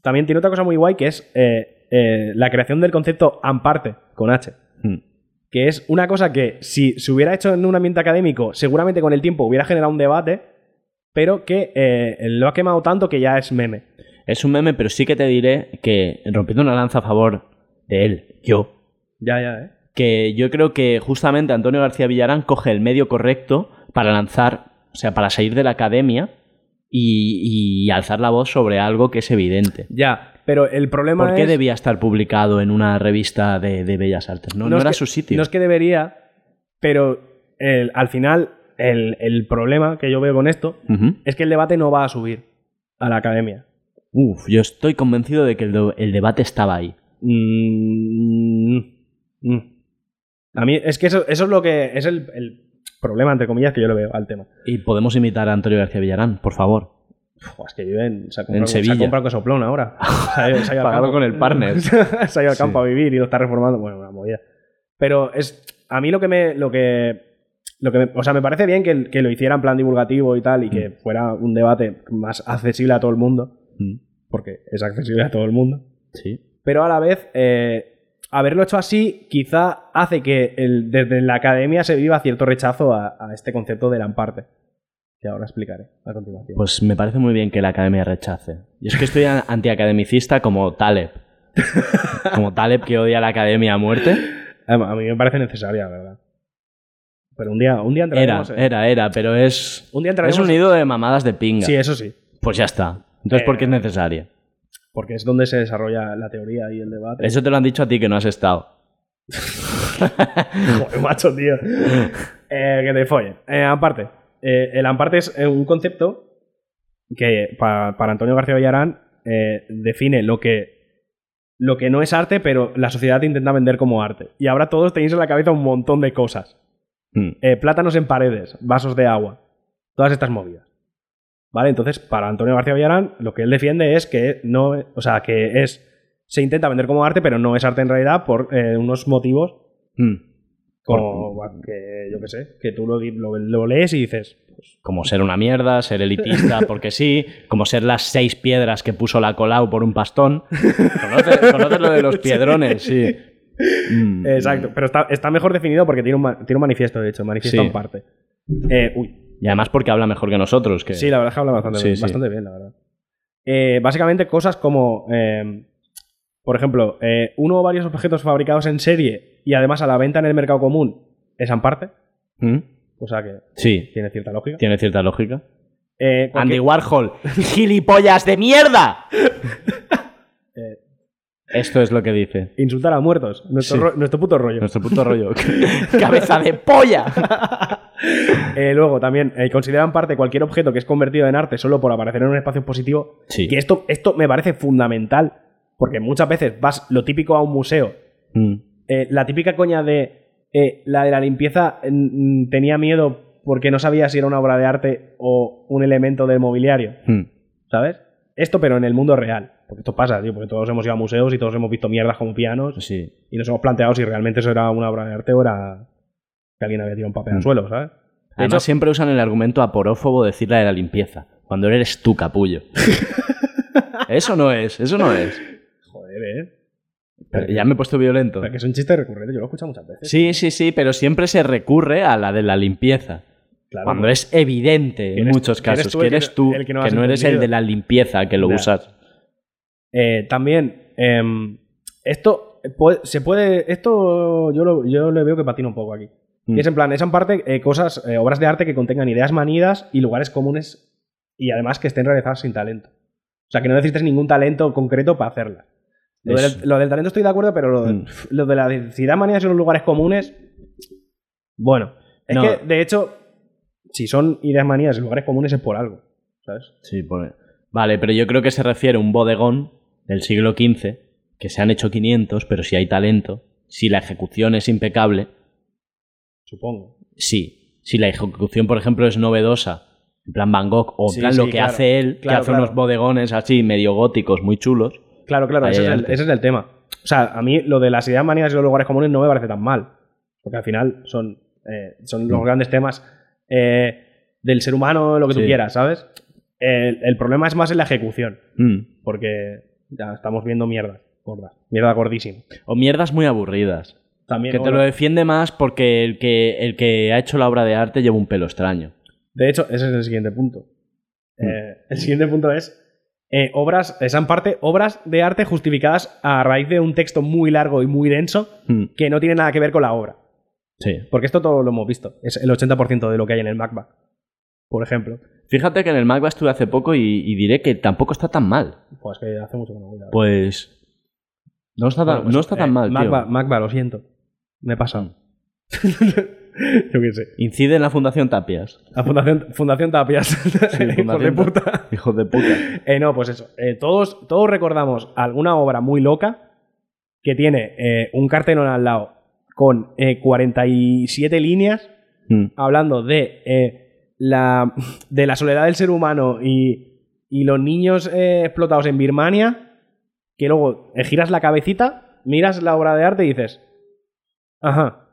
también tiene otra cosa muy guay que es eh, eh, la creación del concepto amparte con H. Mm. Que es una cosa que si se hubiera hecho en un ambiente académico, seguramente con el tiempo hubiera generado un debate, pero que eh, lo ha quemado tanto que ya es meme. Es un meme, pero sí que te diré que, rompiendo una lanza a favor de él, yo, Ya, ya, ¿eh? que yo creo que justamente Antonio García Villarán coge el medio correcto para lanzar, o sea, para salir de la academia y, y alzar la voz sobre algo que es evidente. Ya, pero el problema ¿Por qué es- debía estar publicado en una revista de, de Bellas Artes? No, no, es era que- su sitio. No es que debería, pero el- al final el, el problema que yo veo con esto Ujú. es que el debate no va a subir a la academia. Uf, yo estoy convencido de que el, do- el debate estaba ahí. Mm, mm. A mí es que eso, eso es lo que es el, el problema, entre comillas, que yo le veo al tema. Y podemos imitar a Antonio García Villarán, por favor. Uf, es que viven, se ha En comprado, se ha Sevilla. comprado cosoplón *laughs* ahora. Se ha ido- se ha ido al Pagado campo. con el partner. *laughs* se ha ido al Sí. campo a vivir y lo está reformando. Bueno, una movida. Pero es, a mí lo que me. Lo que, lo que me- o sea, me parece bien que, el- que lo hiciera en plan divulgativo y tal, y que fuera un debate más accesible a todo el mundo, Mm, porque es accesible a todo el mundo. Sí. Pero a la vez, eh, haberlo hecho así quizá hace que el- desde la academia se viva cierto rechazo a, a este concepto de la amparte, que ahora explicaré a continuación. Pues me parece muy bien que la academia rechace. Yo es que estoy a- antiacademicista *laughs* como Taleb. Como Taleb que odia la academia a muerte. A a mí me parece necesaria, la verdad. Pero un día, un día Era, entraremos. eh. era, era, pero es. Un día Es entraremos. un nido de mamadas de pinga. Sí, eso sí. Pues ya está. Entonces, ¿por qué Eh. es necesaria? Porque es donde se desarrolla la teoría y el *laughs* debate. Eso te lo han dicho a ti que no has estado. Joder, macho, tío. Eh, que te follen. Eh, Amparte. Eh, el Amparte es eh, un concepto que pa- para Antonio García Villarán eh, define lo que, lo que no es arte, pero la sociedad te intenta vender como arte. Y ahora todos tenéis en la cabeza un montón de cosas. Mm. Eh, plátanos en paredes, vasos de agua, todas estas movidas. ¿Vale? Entonces, para Antonio García Villarán, lo que él defiende es que no, o sea, que es se intenta vender como arte, pero no es arte en realidad por eh, unos motivos Mm. Como que, yo qué sé, que tú lo, di- lo- lo lees y dices, pues, Como ser una mierda, *laughs* ser elitista porque sí, como ser las seis piedras que puso la Colau por un pastón. *laughs* ¿Conoces, conoces lo de los piedrones? Sí. Mm, exacto. Pero está, está mejor definido porque tiene un, ma- tiene un manifiesto, de hecho, manifiesto Sí. en parte. Eh, uy, Y además porque habla mejor que nosotros. Que... sí, la verdad es que habla bastante, Sí, bien, sí. bastante bien, la verdad. Eh, básicamente cosas como, eh, por ejemplo, eh, uno o varios objetos fabricados en serie y además a la venta en el mercado común es en parte, ¿Mm? cosa que Sí, tiene cierta lógica. tiene cierta lógica. Eh, cualquier- *laughs* Andy Warhol, gilipollas de mierda. Eh. Esto es lo que dice. Insultar a muertos, nuestro, Sí. ro- nuestro puto rollo. Nuestro *laughs* puto rollo. *laughs* Cabeza de polla. Eh, luego también eh, consideran parte cualquier objeto que es convertido en arte solo por aparecer en un espacio positivo. Sí. Que esto, esto me parece fundamental. Porque muchas veces vas lo típico a un museo. Mm. eh, la típica coña de eh, la de la limpieza mm, mm, tenía miedo porque no sabía si era una obra de arte o un elemento del mobiliario. Mm. ¿Sabes? Esto, pero en el mundo real. Porque esto pasa, tío, porque todos hemos ido a museos y todos hemos visto mierdas como pianos Sí. y nos hemos planteado si realmente eso era una obra de arte o era que alguien había tirado un Mm. papel al suelo, ¿sabes? De Además, hecho, siempre usan el argumento aporófobo de decir la de la limpieza. Cuando eres *laughs* tú, capullo. eso no es, eso no es. joder, ¿eh? Pero ya me he puesto violento. Pero que es un chiste recurrente, yo lo he escuchado muchas veces. Sí, sí, sí, pero siempre se recurre a la de la limpieza. Claro, cuando no. es evidente en eres- muchos que eres casos tú que el que eres no- tú, el que que no, no has eres el entendido. de la limpieza que lo Ya. usas. Eh, también, em, esto eh, puede- se puede. Esto yo lo, yo le veo que patina un poco aquí. Mm. Y es en plan, es en parte eh, cosas, eh, obras de arte que contengan ideas manidas y lugares comunes y además que estén realizadas sin talento. O sea, que no necesites ningún talento concreto para hacerlas. Lo, Eso. del, lo del talento estoy de acuerdo, pero lo, de- Mm. lo de la densidad manidas en los lugares comunes. Bueno, es No. que de hecho, si son ideas manidas en lugares comunes es por algo, ¿sabes? Sí, pone- Vale, pero yo creo que se refiere a un bodegón del siglo XV, que se han hecho 500, pero si hay talento, si la ejecución es impecable, Supongo. sí. Si la ejecución, por ejemplo, es novedosa, en plan Van Gogh, o en Sí, plan sí, lo que claro. hace él, Claro, que hace claro. unos bodegones así medio góticos, muy chulos. Claro, claro, Ahí ese es, hay el, arte. ese es el tema. O sea, a mí lo de las ideas manías y los lugares comunes no me parece tan mal. Porque al final son, eh, son los Mm. grandes temas eh, del ser humano, lo que tú Sí. quieras, ¿sabes? El, el problema es más en la ejecución. Mm. Porque ya estamos viendo mierda gorda. Mierda gordísima. O mierdas muy aburridas. También, Que te bueno, lo defiende más porque el que, el que ha hecho la obra de arte lleva un pelo extraño. de hecho, ese es el siguiente punto. Mm. Eh, el siguiente punto es. eh, obras, esa en parte, obras de arte justificadas a raíz de un texto muy largo y muy denso Mm. que no tiene nada que ver con la obra. Sí. Porque esto todo lo hemos visto. Es el 80% de lo que hay en el MacBook, por ejemplo. Fíjate que en el Mac estuve hace poco y, y diré que tampoco está tan mal. Pues que hace mucho que no voy a... Pues. No está tan, Bueno, pues, no está tan eh, mal, tío. MacBook, MacBook, lo siento. Me he *laughs* pasado. Yo qué sé. Incide en la Fundación Tapias. La Fundación, Fundación Tapias. *laughs* Hijos de Fundación puta. Hijo *laughs* de puta. Eh, no, pues eso. Eh, todos, todos recordamos alguna obra muy loca que tiene eh, un cartelón al lado con eh, 47 líneas Mm. hablando de, eh, la, *laughs* de la soledad del ser humano y, y los niños eh, explotados en Birmania, que luego eh, giras la cabecita, miras la obra de arte y dices, ajá,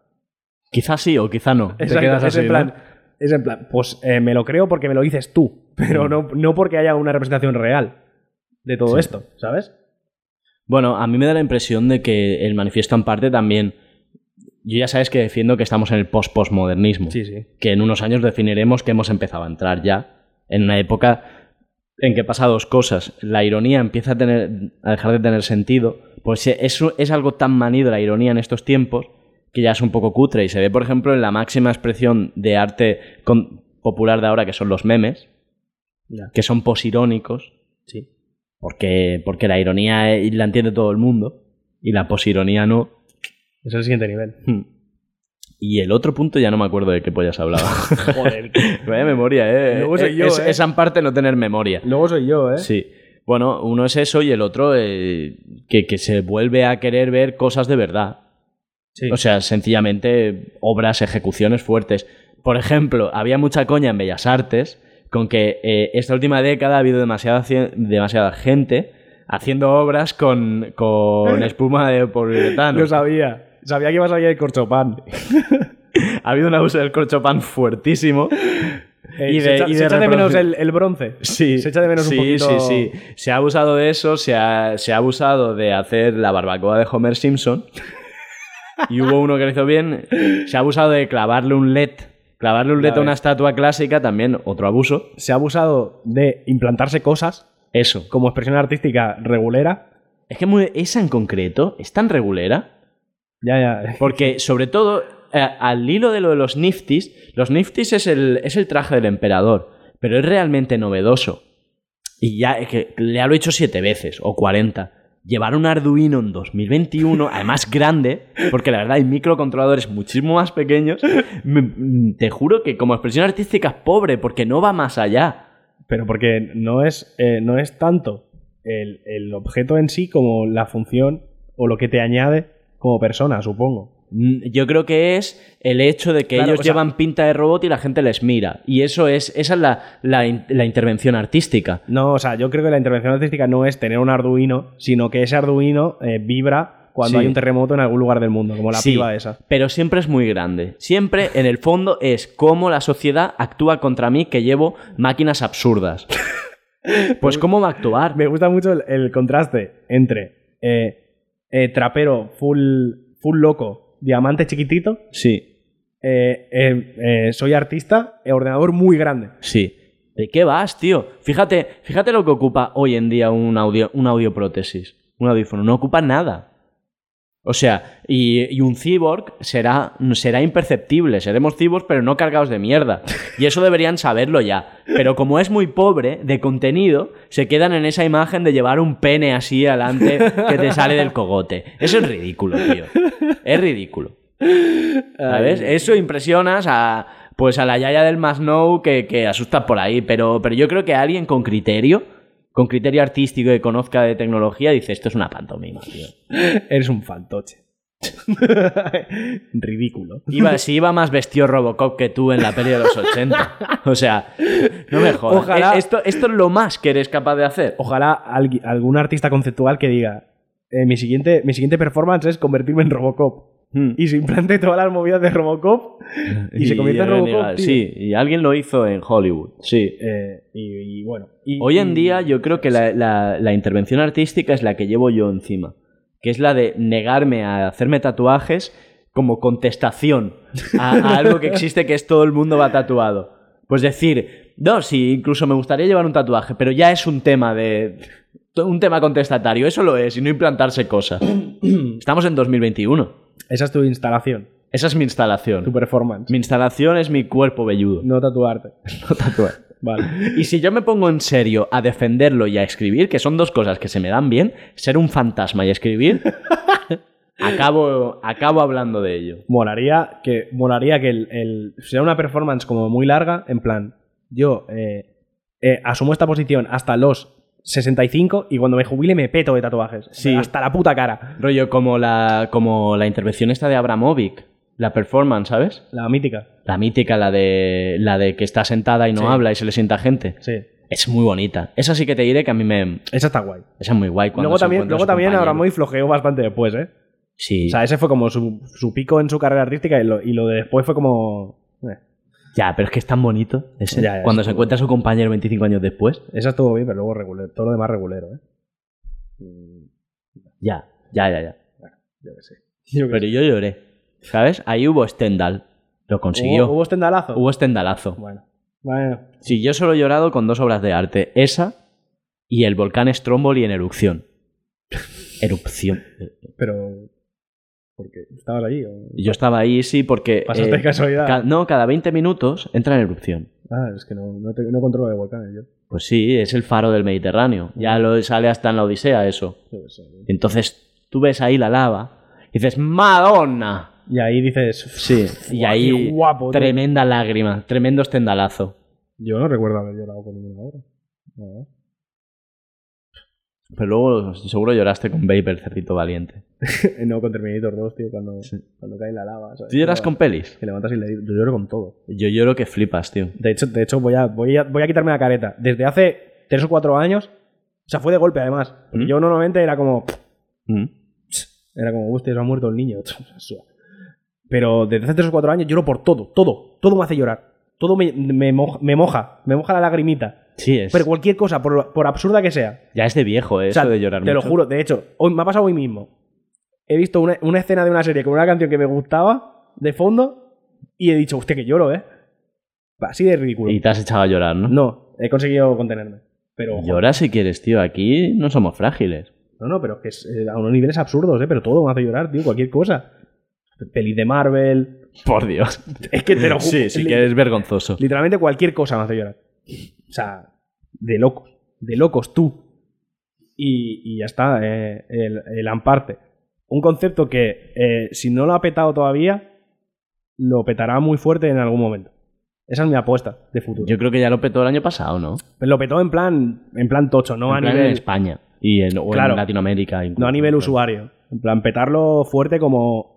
Quizá sí o quizá no. Te exacto, quedas es, así, en ¿no? plan, es en plan, pues eh, me lo creo porque me lo dices tú, pero Mm. no, no porque haya una representación real de todo Sí. esto, ¿sabes? Bueno, a mí me da la impresión de que el manifiesto en parte también. Yo ya sabes que defiendo que estamos en el post-postmodernismo. Sí, sí. que en unos años definiremos que hemos empezado a entrar ya en una época en que pasa dos cosas. La ironía empieza a, tener, a dejar de tener sentido, pues es, es algo tan manido la ironía en estos tiempos que ya es un poco cutre y se ve, por ejemplo, en la máxima expresión de arte con- popular de ahora, que son los memes, Ya. que son posirónicos, Sí. porque, porque la ironía eh, la entiende todo el mundo y la posironía no. Es el siguiente *laughs* nivel. Hmm. Y el otro punto ya no me acuerdo de qué pollas hablaba. Joder. *laughs* Vaya memoria, eh. Luego soy yo, es, eh. es en parte no tener memoria. Luego soy yo, ¿eh? Sí. Bueno, uno es eso y el otro eh, que, que se vuelve a querer ver cosas de verdad. Sí. O sea, sencillamente obras, ejecuciones fuertes. Por ejemplo, había mucha coña en Bellas Artes con que eh, esta última década ha habido demasiada, cien- demasiada gente haciendo obras con, con espuma de poliuretano. lo sabía. Sabía que ibas a ir de corchopan. Ha habido un abuso del corchopan fuertísimo. Eh, Y se de- echa, y se de echa de menos reproducir. el, el bronce. *laughs* Sí, Se echa de menos sí, un poquito. Sí, sí, Se ha abusado de eso, se ha, se ha abusado de hacer la barbacoa de Homer Simpson. Y hubo uno que lo hizo bien. Se ha abusado de clavarle un LED. Clavarle un LED a ves. una estatua clásica, también otro abuso. Se ha abusado de implantarse cosas Eso. como expresión artística regulera. Es que muy- esa en concreto es tan regulera. Ya, ya. Porque, sobre todo, eh, al hilo de lo de los niftis, los niftis es el, es el traje del emperador, pero es realmente novedoso. Y ya, es que ya lo he hecho siete veces, o cuarenta. Llevar un Arduino en 2021, además grande, porque la verdad hay microcontroladores muchísimo más pequeños, me- mm, te juro que como expresión artística es pobre, porque no va más allá. Pero porque no es, eh, no es tanto el, el objeto en sí como la función o lo que te añade como persona, supongo. Mm, Yo creo que es el hecho de que Claro, ellos o sea- llevan pinta de robot y la gente les mira. Y eso es, esa es la- la in- la intervención artística. No, o sea, yo creo que la intervención artística no es tener un Arduino, sino que ese Arduino eh, vibra cuando Sí. hay un terremoto en algún lugar del mundo, como la Sí, piba esa. Pero siempre es muy grande. Siempre, en el fondo, es cómo la sociedad actúa contra mí que llevo máquinas absurdas. Pues cómo va a actuar. Me gusta mucho el, el contraste entre eh, eh, trapero full, full loco, diamante chiquitito, Sí, eh, eh, eh, soy artista, eh, ordenador muy grande. *laughs* sí. ¿De qué vas, tío? Fíjate, fíjate lo que ocupa hoy en día un audio, un audioprótesis, un audífono. No ocupa nada. O sea, y, y un cyborg será, será imperceptible. Seremos cyborgs, pero no cargados de mierda. Y eso deberían saberlo ya. Pero como es muy pobre de contenido, se quedan en esa imagen de llevar un pene así adelante que te sale del cogote. Eso es ridículo, tío. Es ridículo. ¿Sabes? Eso impresionas a. Pues a la yaya del Masnou que, que asustas por ahí. Pero, pero yo creo que alguien con criterio, con criterio artístico que conozca de tecnología, dice esto es una pantomima, tío. Eres un fantoche. *laughs* Ridículo. Iba, si iba más vestido Robocop que tú en la peli *laughs* de los 80. O sea, no me jodas. Ojalá- Eh, Esto, esto es lo más que eres capaz de hacer. Ojalá algui- algún artista conceptual que diga, eh, mi, siguiente, mi siguiente performance es convertirme en Robocop. Hmm. Y se implante todas las movidas de Robocop y, *laughs* se convierte en alguien Robocop. diga, tío. Sí, y alguien lo hizo en Hollywood. Sí. Eh, y, y bueno. y- Hoy en y- día yo creo que la, la- la intervención artística es la que llevo yo encima, que es la de negarme a hacerme tatuajes como contestación a, a algo que existe que es todo el mundo va tatuado. Pues decir, no, sí, incluso me gustaría llevar un tatuaje, pero ya es un tema de... Un tema contestatario, eso lo es, y no implantarse cosas. Estamos en 2021. Esa es tu instalación, Esa es mi instalación. tu performance. Mi instalación es mi cuerpo velludo. No tatuarte. *laughs* no tatuaje. Vale. Y si yo me pongo en serio a defenderlo y a escribir, que son dos cosas que se me dan bien, ser un fantasma y escribir, *laughs* acabo, acabo hablando de ello. Molaría que, molaría que el, el- sea una performance como muy larga, en plan, yo eh, eh, asumo esta posición hasta los 65 y cuando me jubile me peto de tatuajes. Sí. Hasta la puta cara. Rollo como la, como la intervención esta de Abramovic, la performance, ¿sabes? La mítica. La mítica, la de, la de que está sentada y no Sí. habla y se le sienta gente. Sí. Es muy bonita. Esa sí que te diré que a mí me... Esa está guay. Esa es muy guay. Cuando luego se también, encuentra luego su también compañero. Abramovich flojeó bastante después, ¿eh? Sí. O sea, ese fue como su, su pico en su carrera artística y lo, y lo de después fue como... eh, Ya, pero es que es tan bonito. ese. Ya, ya, cuando es se muy encuentra su compañero 25 años después. esa estuvo bien, pero luego regulero, todo lo demás regulero, ¿eh? Ya, ya, ya, ya. Yo qué sé. Pero yo lloré. ¿Sabes? Ahí hubo Stendhal. Lo ¿Hubo, consiguió. Hubo, hubo estendalazo? Stendhalazo. Bueno. Bueno. Sí, yo solo he llorado con dos obras de arte. Esa y el volcán Stromboli en erupción. Erupción. Pero... Porque estabas allí. ¿o? Yo estaba ahí, sí, porque... Pasaste eh, de casualidad. ca- no, cada 20 minutos entra en erupción. Ah, es que no, no, te- no controlo de volcanes yo. Pues sí, es el faro del Mediterráneo. Ya lo sale hasta en la Odisea eso. Yo qué sé, tío. Entonces tú ves ahí la lava y dices, ¡Madonna! Y ahí dices... Sí, y "Guau, ahí qué guapo, tío". tremenda lágrima, tremendo estendalazo. Yo no recuerdo haber llorado con ninguna obra. No. Pero luego seguro lloraste con Vapor, Cerrito Valiente. *laughs* no, con Terminator 2, tío, cuando, cuando cae la lava. ¿sabes? ¿Tú lloras con pelis? Que levantas y le dices... Yo lloro con todo. Yo lloro que flipas, tío. De hecho, de hecho voy, a, voy, a, voy a quitarme la careta. Desde hace tres o cuatro años, o sea, fue de golpe además. ¿Mm? Yo normalmente era como, Mm. Era como, hostia, se ha muerto el niño. *laughs* Pero desde hace 3 o 4 años lloro por todo, todo, todo me hace llorar. Todo me, me moja, me moja, me moja la lagrimita. Sí, es. Pero cualquier cosa, por, por absurda que sea. Ya es de viejo, eh, O sea, eso de llorar Te mucho. lo juro, de hecho, hoy, me ha pasado hoy mismo. He visto una, una escena de una serie con una canción que me gustaba de fondo y he dicho, hostia, que lloro, ¿eh? Así de ridículo. Y te has echado a llorar, ¿no? No, he conseguido contenerme. Pero, ojo, Llora si quieres, tío. Aquí no somos frágiles. no, no, pero es que es eh, a unos niveles absurdos, ¿eh? Pero todo me hace llorar, tío, cualquier cosa. Pelis de Marvel. Por Dios. Es *laughs* que te lo juro. Sí, sí li- que eres vergonzoso. Literalmente cualquier cosa me hace llorar. O sea, de locos. De locos tú. Y, y ya está, eh, el, el amparte. Un concepto que, eh, si no lo ha petado todavía, lo petará muy fuerte en algún momento. Esa es mi apuesta de futuro. Yo creo que ya lo petó el año pasado, ¿no? Lo petó en plan, en plan tocho, no en a plan en nivel. España. Y en, o Claro. en Latinoamérica. pues. incluso. No a nivel usuario. En plan, petarlo fuerte como.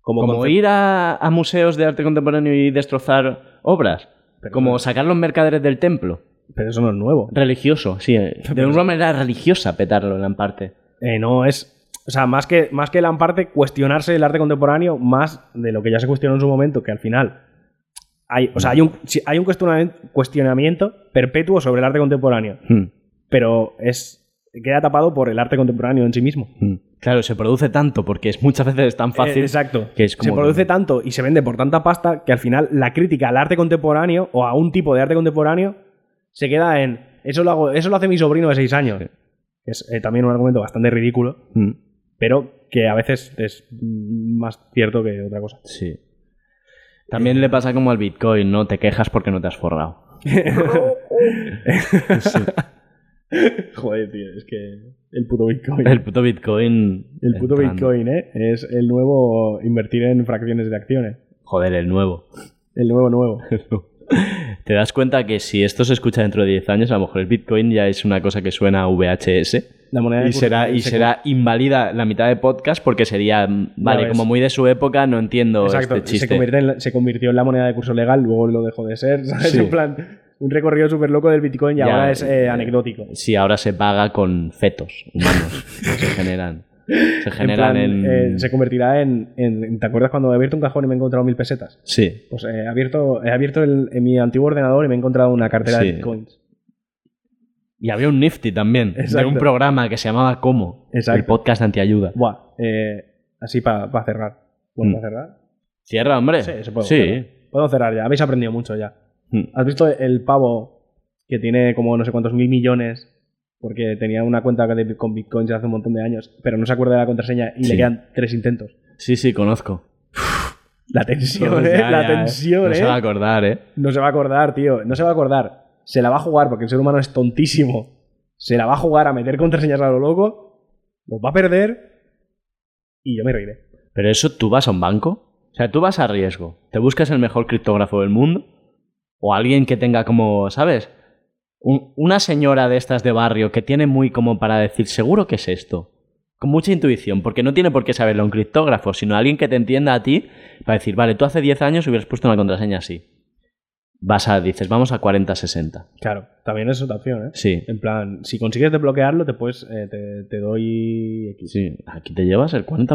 Como, Como concepto. ir a, a museos de arte contemporáneo y destrozar obras. Pero- como sacar los mercaderes del templo. Pero eso no es nuevo. Religioso, sí. *laughs* eh, De una manera religiosa petarlo en gran parte. Eh, no, es. O sea, más que, más que el amparte, cuestionarse el arte contemporáneo, más de lo que ya se cuestionó en su momento, que al final. Hay, o sea, hay un, sí, hay un cuestionamiento, cuestionamiento perpetuo sobre el arte contemporáneo, Hmm, pero es queda tapado por el arte contemporáneo en sí mismo. hmm. Claro, se produce tanto porque es muchas veces tan fácil. Eh, exacto. que es como- se produce tanto y se vende por tanta pasta que al final la crítica al arte contemporáneo o a un tipo de arte contemporáneo se queda en. Eso lo, hago, eso lo hace mi sobrino de seis años. Es eh, también un argumento bastante ridículo. Hmm, pero que a veces es más cierto que otra cosa. sí. También le pasa como al Bitcoin, ¿no? Te quejas porque no te has forrado. *laughs* Joder, tío, es que el puto Bitcoin. El puto Bitcoin. El puto entrando. Bitcoin, ¿eh? Es el nuevo invertir en fracciones de acciones. Joder, el nuevo. *laughs* El nuevo nuevo. Te das cuenta que si esto se escucha dentro de 10 años, a lo mejor el Bitcoin ya es una cosa que suena a VHS. La moneda de Y curso será, que y Eh, pues, se- será inválida la mitad de podcast porque sería, mm, vale, ves. como muy de su época, no entiendo Exacto, este se, chiste. convierte en la- se convirtió en la moneda de curso legal, luego lo dejó de ser, *laughs* ¿sabes? Sí. En plan, un recorrido súper loco del Bitcoin y Ya, ahora es eh, eh, anecdótico. Sí, ahora se paga con fetos *laughs* humanos. se generan. Se En generan plan, en. eh, se convertirá en, en- ¿Te acuerdas cuando he abierto un cajón y me he encontrado mil pesetas? Sí. Pues eh, he abierto, he abierto el- en mi antiguo ordenador y me he encontrado una cartera Sí. de bitcoins. Y había un Nifty también, de Exacto. un programa que se llamaba Como, Exacto. el podcast de antiayuda. Buah, eh, así para cerrar. ¿Puedo Mm. cerrar? Cierra, hombre. Sí, se puede cerrar. Puedo cerrar ya, habéis aprendido mucho ya. Mm. ¿Has visto el pavo que tiene como no sé cuántos mil millones? Porque tenía una cuenta de- con Bitcoin ya hace un montón de años, pero no se acuerda de la contraseña y Sí. le quedan tres intentos. sí, sí, conozco. La tensión, Ya, ¿eh? la ya, eh. tensión, No ¿eh? se va a acordar, ¿eh? No se va a acordar, tío. No se va a acordar. Se la va a jugar porque el ser humano es tontísimo. Se la va a jugar a meter contraseñas a lo loco. Los va a perder. Y yo me reiré. Pero eso tú vas a un banco. O sea, tú vas a riesgo. Te buscas el mejor criptógrafo del mundo. O alguien que tenga como, ¿sabes? Un- una señora de estas de barrio que tiene muy como para decir, seguro que es esto. Con mucha intuición, porque no tiene por qué saberlo un criptógrafo, sino alguien que te entienda a ti para decir, vale, tú hace 10 años hubieras puesto una contraseña así. Vas a, dices, vamos a 40-60. Claro, también es otra opción, ¿eh? Sí. En plan, si consigues desbloquearlo, te, puedes, eh, te, te doy X. Sí, aquí te llevas el 40%.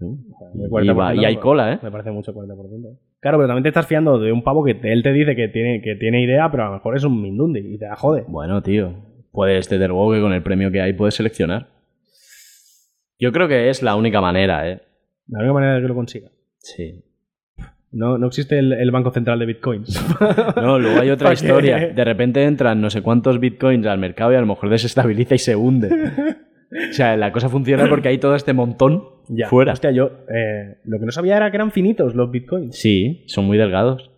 ¿no? El Y, 40%, va- y hay cola, ¿eh? Me parece mucho 40%. Claro, pero también te estás fiando de un pavo que te- él te dice que tiene, que tiene idea, pero a lo mejor es un mindundi y te la jode. Bueno, tío, puedes, desde luego que con el premio que hay puedes seleccionar. Yo creo que es la única manera, ¿eh? La única manera de que lo consiga. Sí. No, no existe el, el Banco Central de Bitcoins. *laughs* No, luego hay otra ¿Pa' qué? historia. De repente entran no sé cuántos bitcoins al mercado y a lo mejor desestabiliza y se hunde. O sea, la cosa funciona porque hay todo este montón ya. fuera. Hostia, yo eh, lo que no sabía era que eran finitos los Bitcoins. Sí, son muy delgados.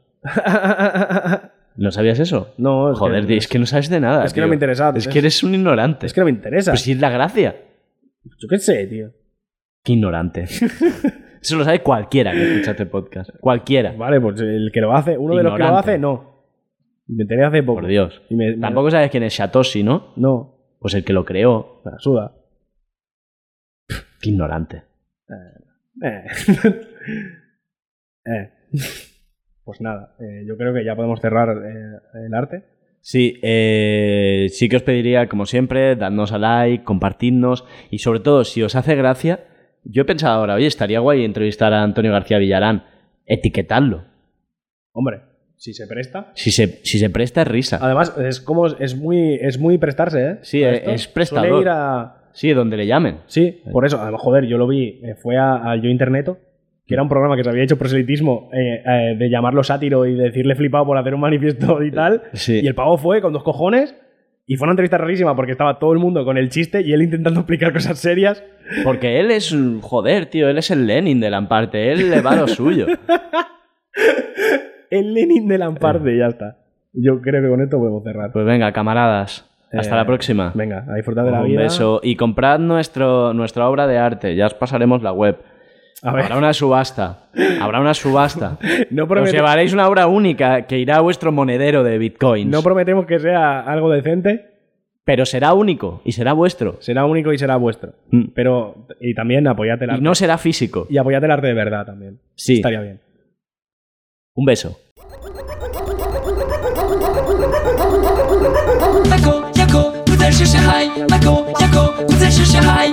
¿No sabías eso? no, es Joder, que, tío, es que no sabes de nada. es que tío. no me interesaba. Es que eres un ignorante. Es que no me interesa. Pues sí, es la gracia. Yo qué sé, tío. Qué ignorante. *laughs* Eso lo sabe cualquiera que escucha este podcast. Cualquiera. Vale, pues el que lo hace, uno de los que lo Ignorante. hace, no. Me enteré hace poco. Por Dios. Y me- me- Tampoco sabes quién es Satoshi, ¿no? No, Pues el que lo creó. me la suda. Qué ignorante. Eh. *laughs* Eh. Pues nada, eh, yo creo que ya podemos cerrar eh, el arte. Sí, eh, sí que os pediría, como siempre, dadnos a like, compartidnos y sobre todo, si os hace gracia, Yo he pensado ahora, oye, estaría guay entrevistar a Antonio García Villarán, etiquetarlo. Hombre, si se presta. Si se, si se presta es risa. Además, es como es muy, es muy prestarse, ¿eh? Sí, A es- esto. es prestador. Eh. Suele ir a- Sí, donde le llamen. Sí, por eso, a- joder, yo lo vi, eh, fue a- al Yo Interneto, que era un programa que se había hecho proselitismo eh, eh, de llamarlo sátiro y de decirle flipado por hacer un manifiesto y tal. Eh, Sí. Y el pavo fue con dos cojones y fue una entrevista rarísima porque estaba todo el mundo con el chiste y él intentando explicar cosas serias. Porque él es, un- joder, tío, él es el Lenin de la parte, él le va a lo *laughs* suyo. El Lenin de Eh. Lamparde, y ya está. Yo creo que con esto podemos cerrar. Pues venga, camaradas, hasta Eh, la próxima. Venga, a disfrutar de la Un vida. beso y comprad nuestro, nuestra obra de arte, ya os pasaremos la web. A ver, Habrá una subasta, habrá *laughs* una subasta. no, Os promete- llevaréis una obra única que irá a vuestro monedero de bitcoins. no prometemos que sea algo decente, pero será único y será vuestro. será único y será vuestro. Mm. Pero, y también apoyate el Y arte. no será físico. Y apoyate el arte de verdad también. Sí. Estaría bien. Un beso. Michael 野狗不再是小孩，Michael 野狗不再是小孩。